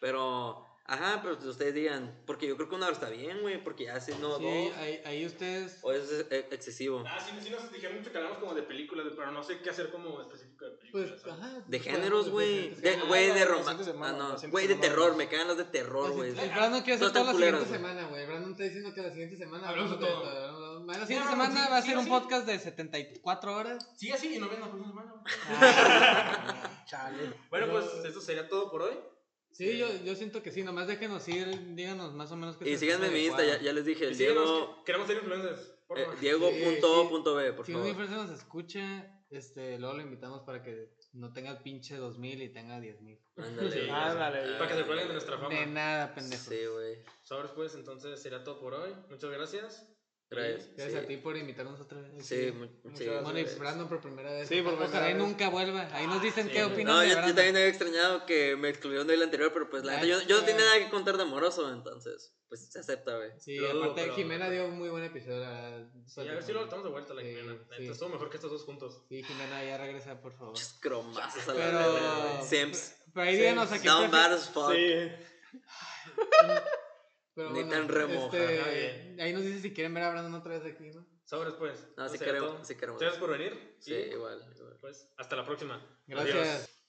Speaker 3: Pero, ajá, pero pues ustedes digan, porque yo creo que una hora está bien, güey, porque ya si no,
Speaker 4: Sí,
Speaker 3: dos,
Speaker 4: ahí, ahí ustedes.
Speaker 3: o eso es eh, excesivo.
Speaker 1: Ah, sí, sí nos dijeron mucho que hablamos como de películas, pero no sé qué hacer como específico de películas.
Speaker 4: Pues,
Speaker 1: ¿sabes?
Speaker 4: ajá.
Speaker 3: De
Speaker 4: pues,
Speaker 3: géneros,
Speaker 4: pues,
Speaker 3: güey.
Speaker 4: pues,
Speaker 3: De-
Speaker 4: ah,
Speaker 3: Güey, de,
Speaker 2: la
Speaker 3: Roma.
Speaker 2: siguiente
Speaker 3: Ah,
Speaker 2: semana, la
Speaker 3: no.
Speaker 2: siguiente
Speaker 3: Güey, de
Speaker 2: semana.
Speaker 3: terror, me caen las de terror,
Speaker 4: pues,
Speaker 3: güey.
Speaker 4: El Brandon quiere
Speaker 3: No
Speaker 4: hacer
Speaker 3: están
Speaker 4: todo la
Speaker 3: culeras,
Speaker 4: siguiente
Speaker 3: güey.
Speaker 4: semana, güey. Brandon está diciendo que la siguiente semana.
Speaker 1: Hablamos de todo.
Speaker 4: todo. La
Speaker 1: Sí,
Speaker 4: siguiente
Speaker 1: no,
Speaker 4: semana
Speaker 1: sí,
Speaker 4: va a
Speaker 1: sí,
Speaker 4: ser un
Speaker 1: sí.
Speaker 4: podcast de 74 horas.
Speaker 1: Sí, así, y no ven la próxima semana. güey.
Speaker 2: Ah, Chale.
Speaker 1: Bueno,
Speaker 4: Pero-
Speaker 1: pues eso sería todo por hoy.
Speaker 4: Sí, yo, yo siento que sí. Nomás déjenos ir. Díganos más o menos qué
Speaker 3: Y
Speaker 4: se
Speaker 3: síganme en mi
Speaker 4: les
Speaker 3: Insta,
Speaker 4: hace
Speaker 3: ya,
Speaker 4: adecuado.
Speaker 3: ya les dije, el
Speaker 1: Y síguenos,
Speaker 3: Diego.
Speaker 1: que- Queremos ser influencers. por
Speaker 3: eh,
Speaker 1: favor.
Speaker 3: Diego.o.b, por
Speaker 4: Si un
Speaker 3: favor.
Speaker 4: influencer nos escucha, este, luego lo invitamos para que no tenga pinche 2000 y tenga 10000.
Speaker 3: Ándale.
Speaker 1: Sí,
Speaker 2: ándale,
Speaker 1: Para que se cuelguen de nuestra
Speaker 4: De
Speaker 1: fama.
Speaker 4: nada, Ah, pendejo.
Speaker 3: Sí, güey.
Speaker 1: Sobres, pues, entonces sería todo por hoy. Muchas gracias.
Speaker 3: Gracias.
Speaker 4: Gracias
Speaker 3: sí.
Speaker 4: a ti pues, por invitarnos otra vez.
Speaker 3: Sí, mu- sí, pues,
Speaker 2: gracias.
Speaker 4: Bueno, y
Speaker 3: gracias.
Speaker 4: Brandon por primera vez.
Speaker 2: Sí, por
Speaker 4: Ojalá
Speaker 2: primera
Speaker 4: ahí
Speaker 2: vez.
Speaker 4: nunca vuelva. Ahí nos dicen
Speaker 1: sí,
Speaker 4: qué
Speaker 1: güey.
Speaker 4: opinan
Speaker 3: No,
Speaker 4: de
Speaker 3: yo, yo
Speaker 4: Brandon.
Speaker 3: también había extrañado que me excluyeron del anterior, pero pues la neta, yo, yo no tenía nada que contar de amoroso, entonces, pues se acepta, güey.
Speaker 4: Sí,
Speaker 1: Lo dudo,
Speaker 4: aparte
Speaker 1: pero-
Speaker 4: Jimena dio un muy buen episodio, la verdad.
Speaker 1: Y a ver si lo estamos de vuelta, la
Speaker 4: Pues, Sí,
Speaker 1: Jimena. La neta,
Speaker 4: sí.
Speaker 1: Estuvo mejor que estos dos juntos.
Speaker 4: Sí, Jimena, ya regresa, por favor.
Speaker 3: Muchas cromazas a la verga,
Speaker 4: Pero...
Speaker 3: güey. Sims.
Speaker 4: Pero ahí díganos a quién
Speaker 3: Down
Speaker 4: prefi-
Speaker 3: bad as fuck.
Speaker 4: Pero este,
Speaker 3: Ni tan remoja.
Speaker 1: Está bien.
Speaker 4: Ahí nos dicen si quieren ver a Brandon otra vez aquí, ¿no?
Speaker 1: Sobres, pues.
Speaker 3: No,
Speaker 1: Eso
Speaker 3: sí
Speaker 1: sería
Speaker 3: queremos,
Speaker 1: todo.
Speaker 3: sí queremos.
Speaker 1: Muchas gracias por venir.
Speaker 3: Sí,
Speaker 1: Y,
Speaker 3: igual. igual.
Speaker 1: Pues, hasta la próxima.
Speaker 4: Gracias.
Speaker 1: Adiós.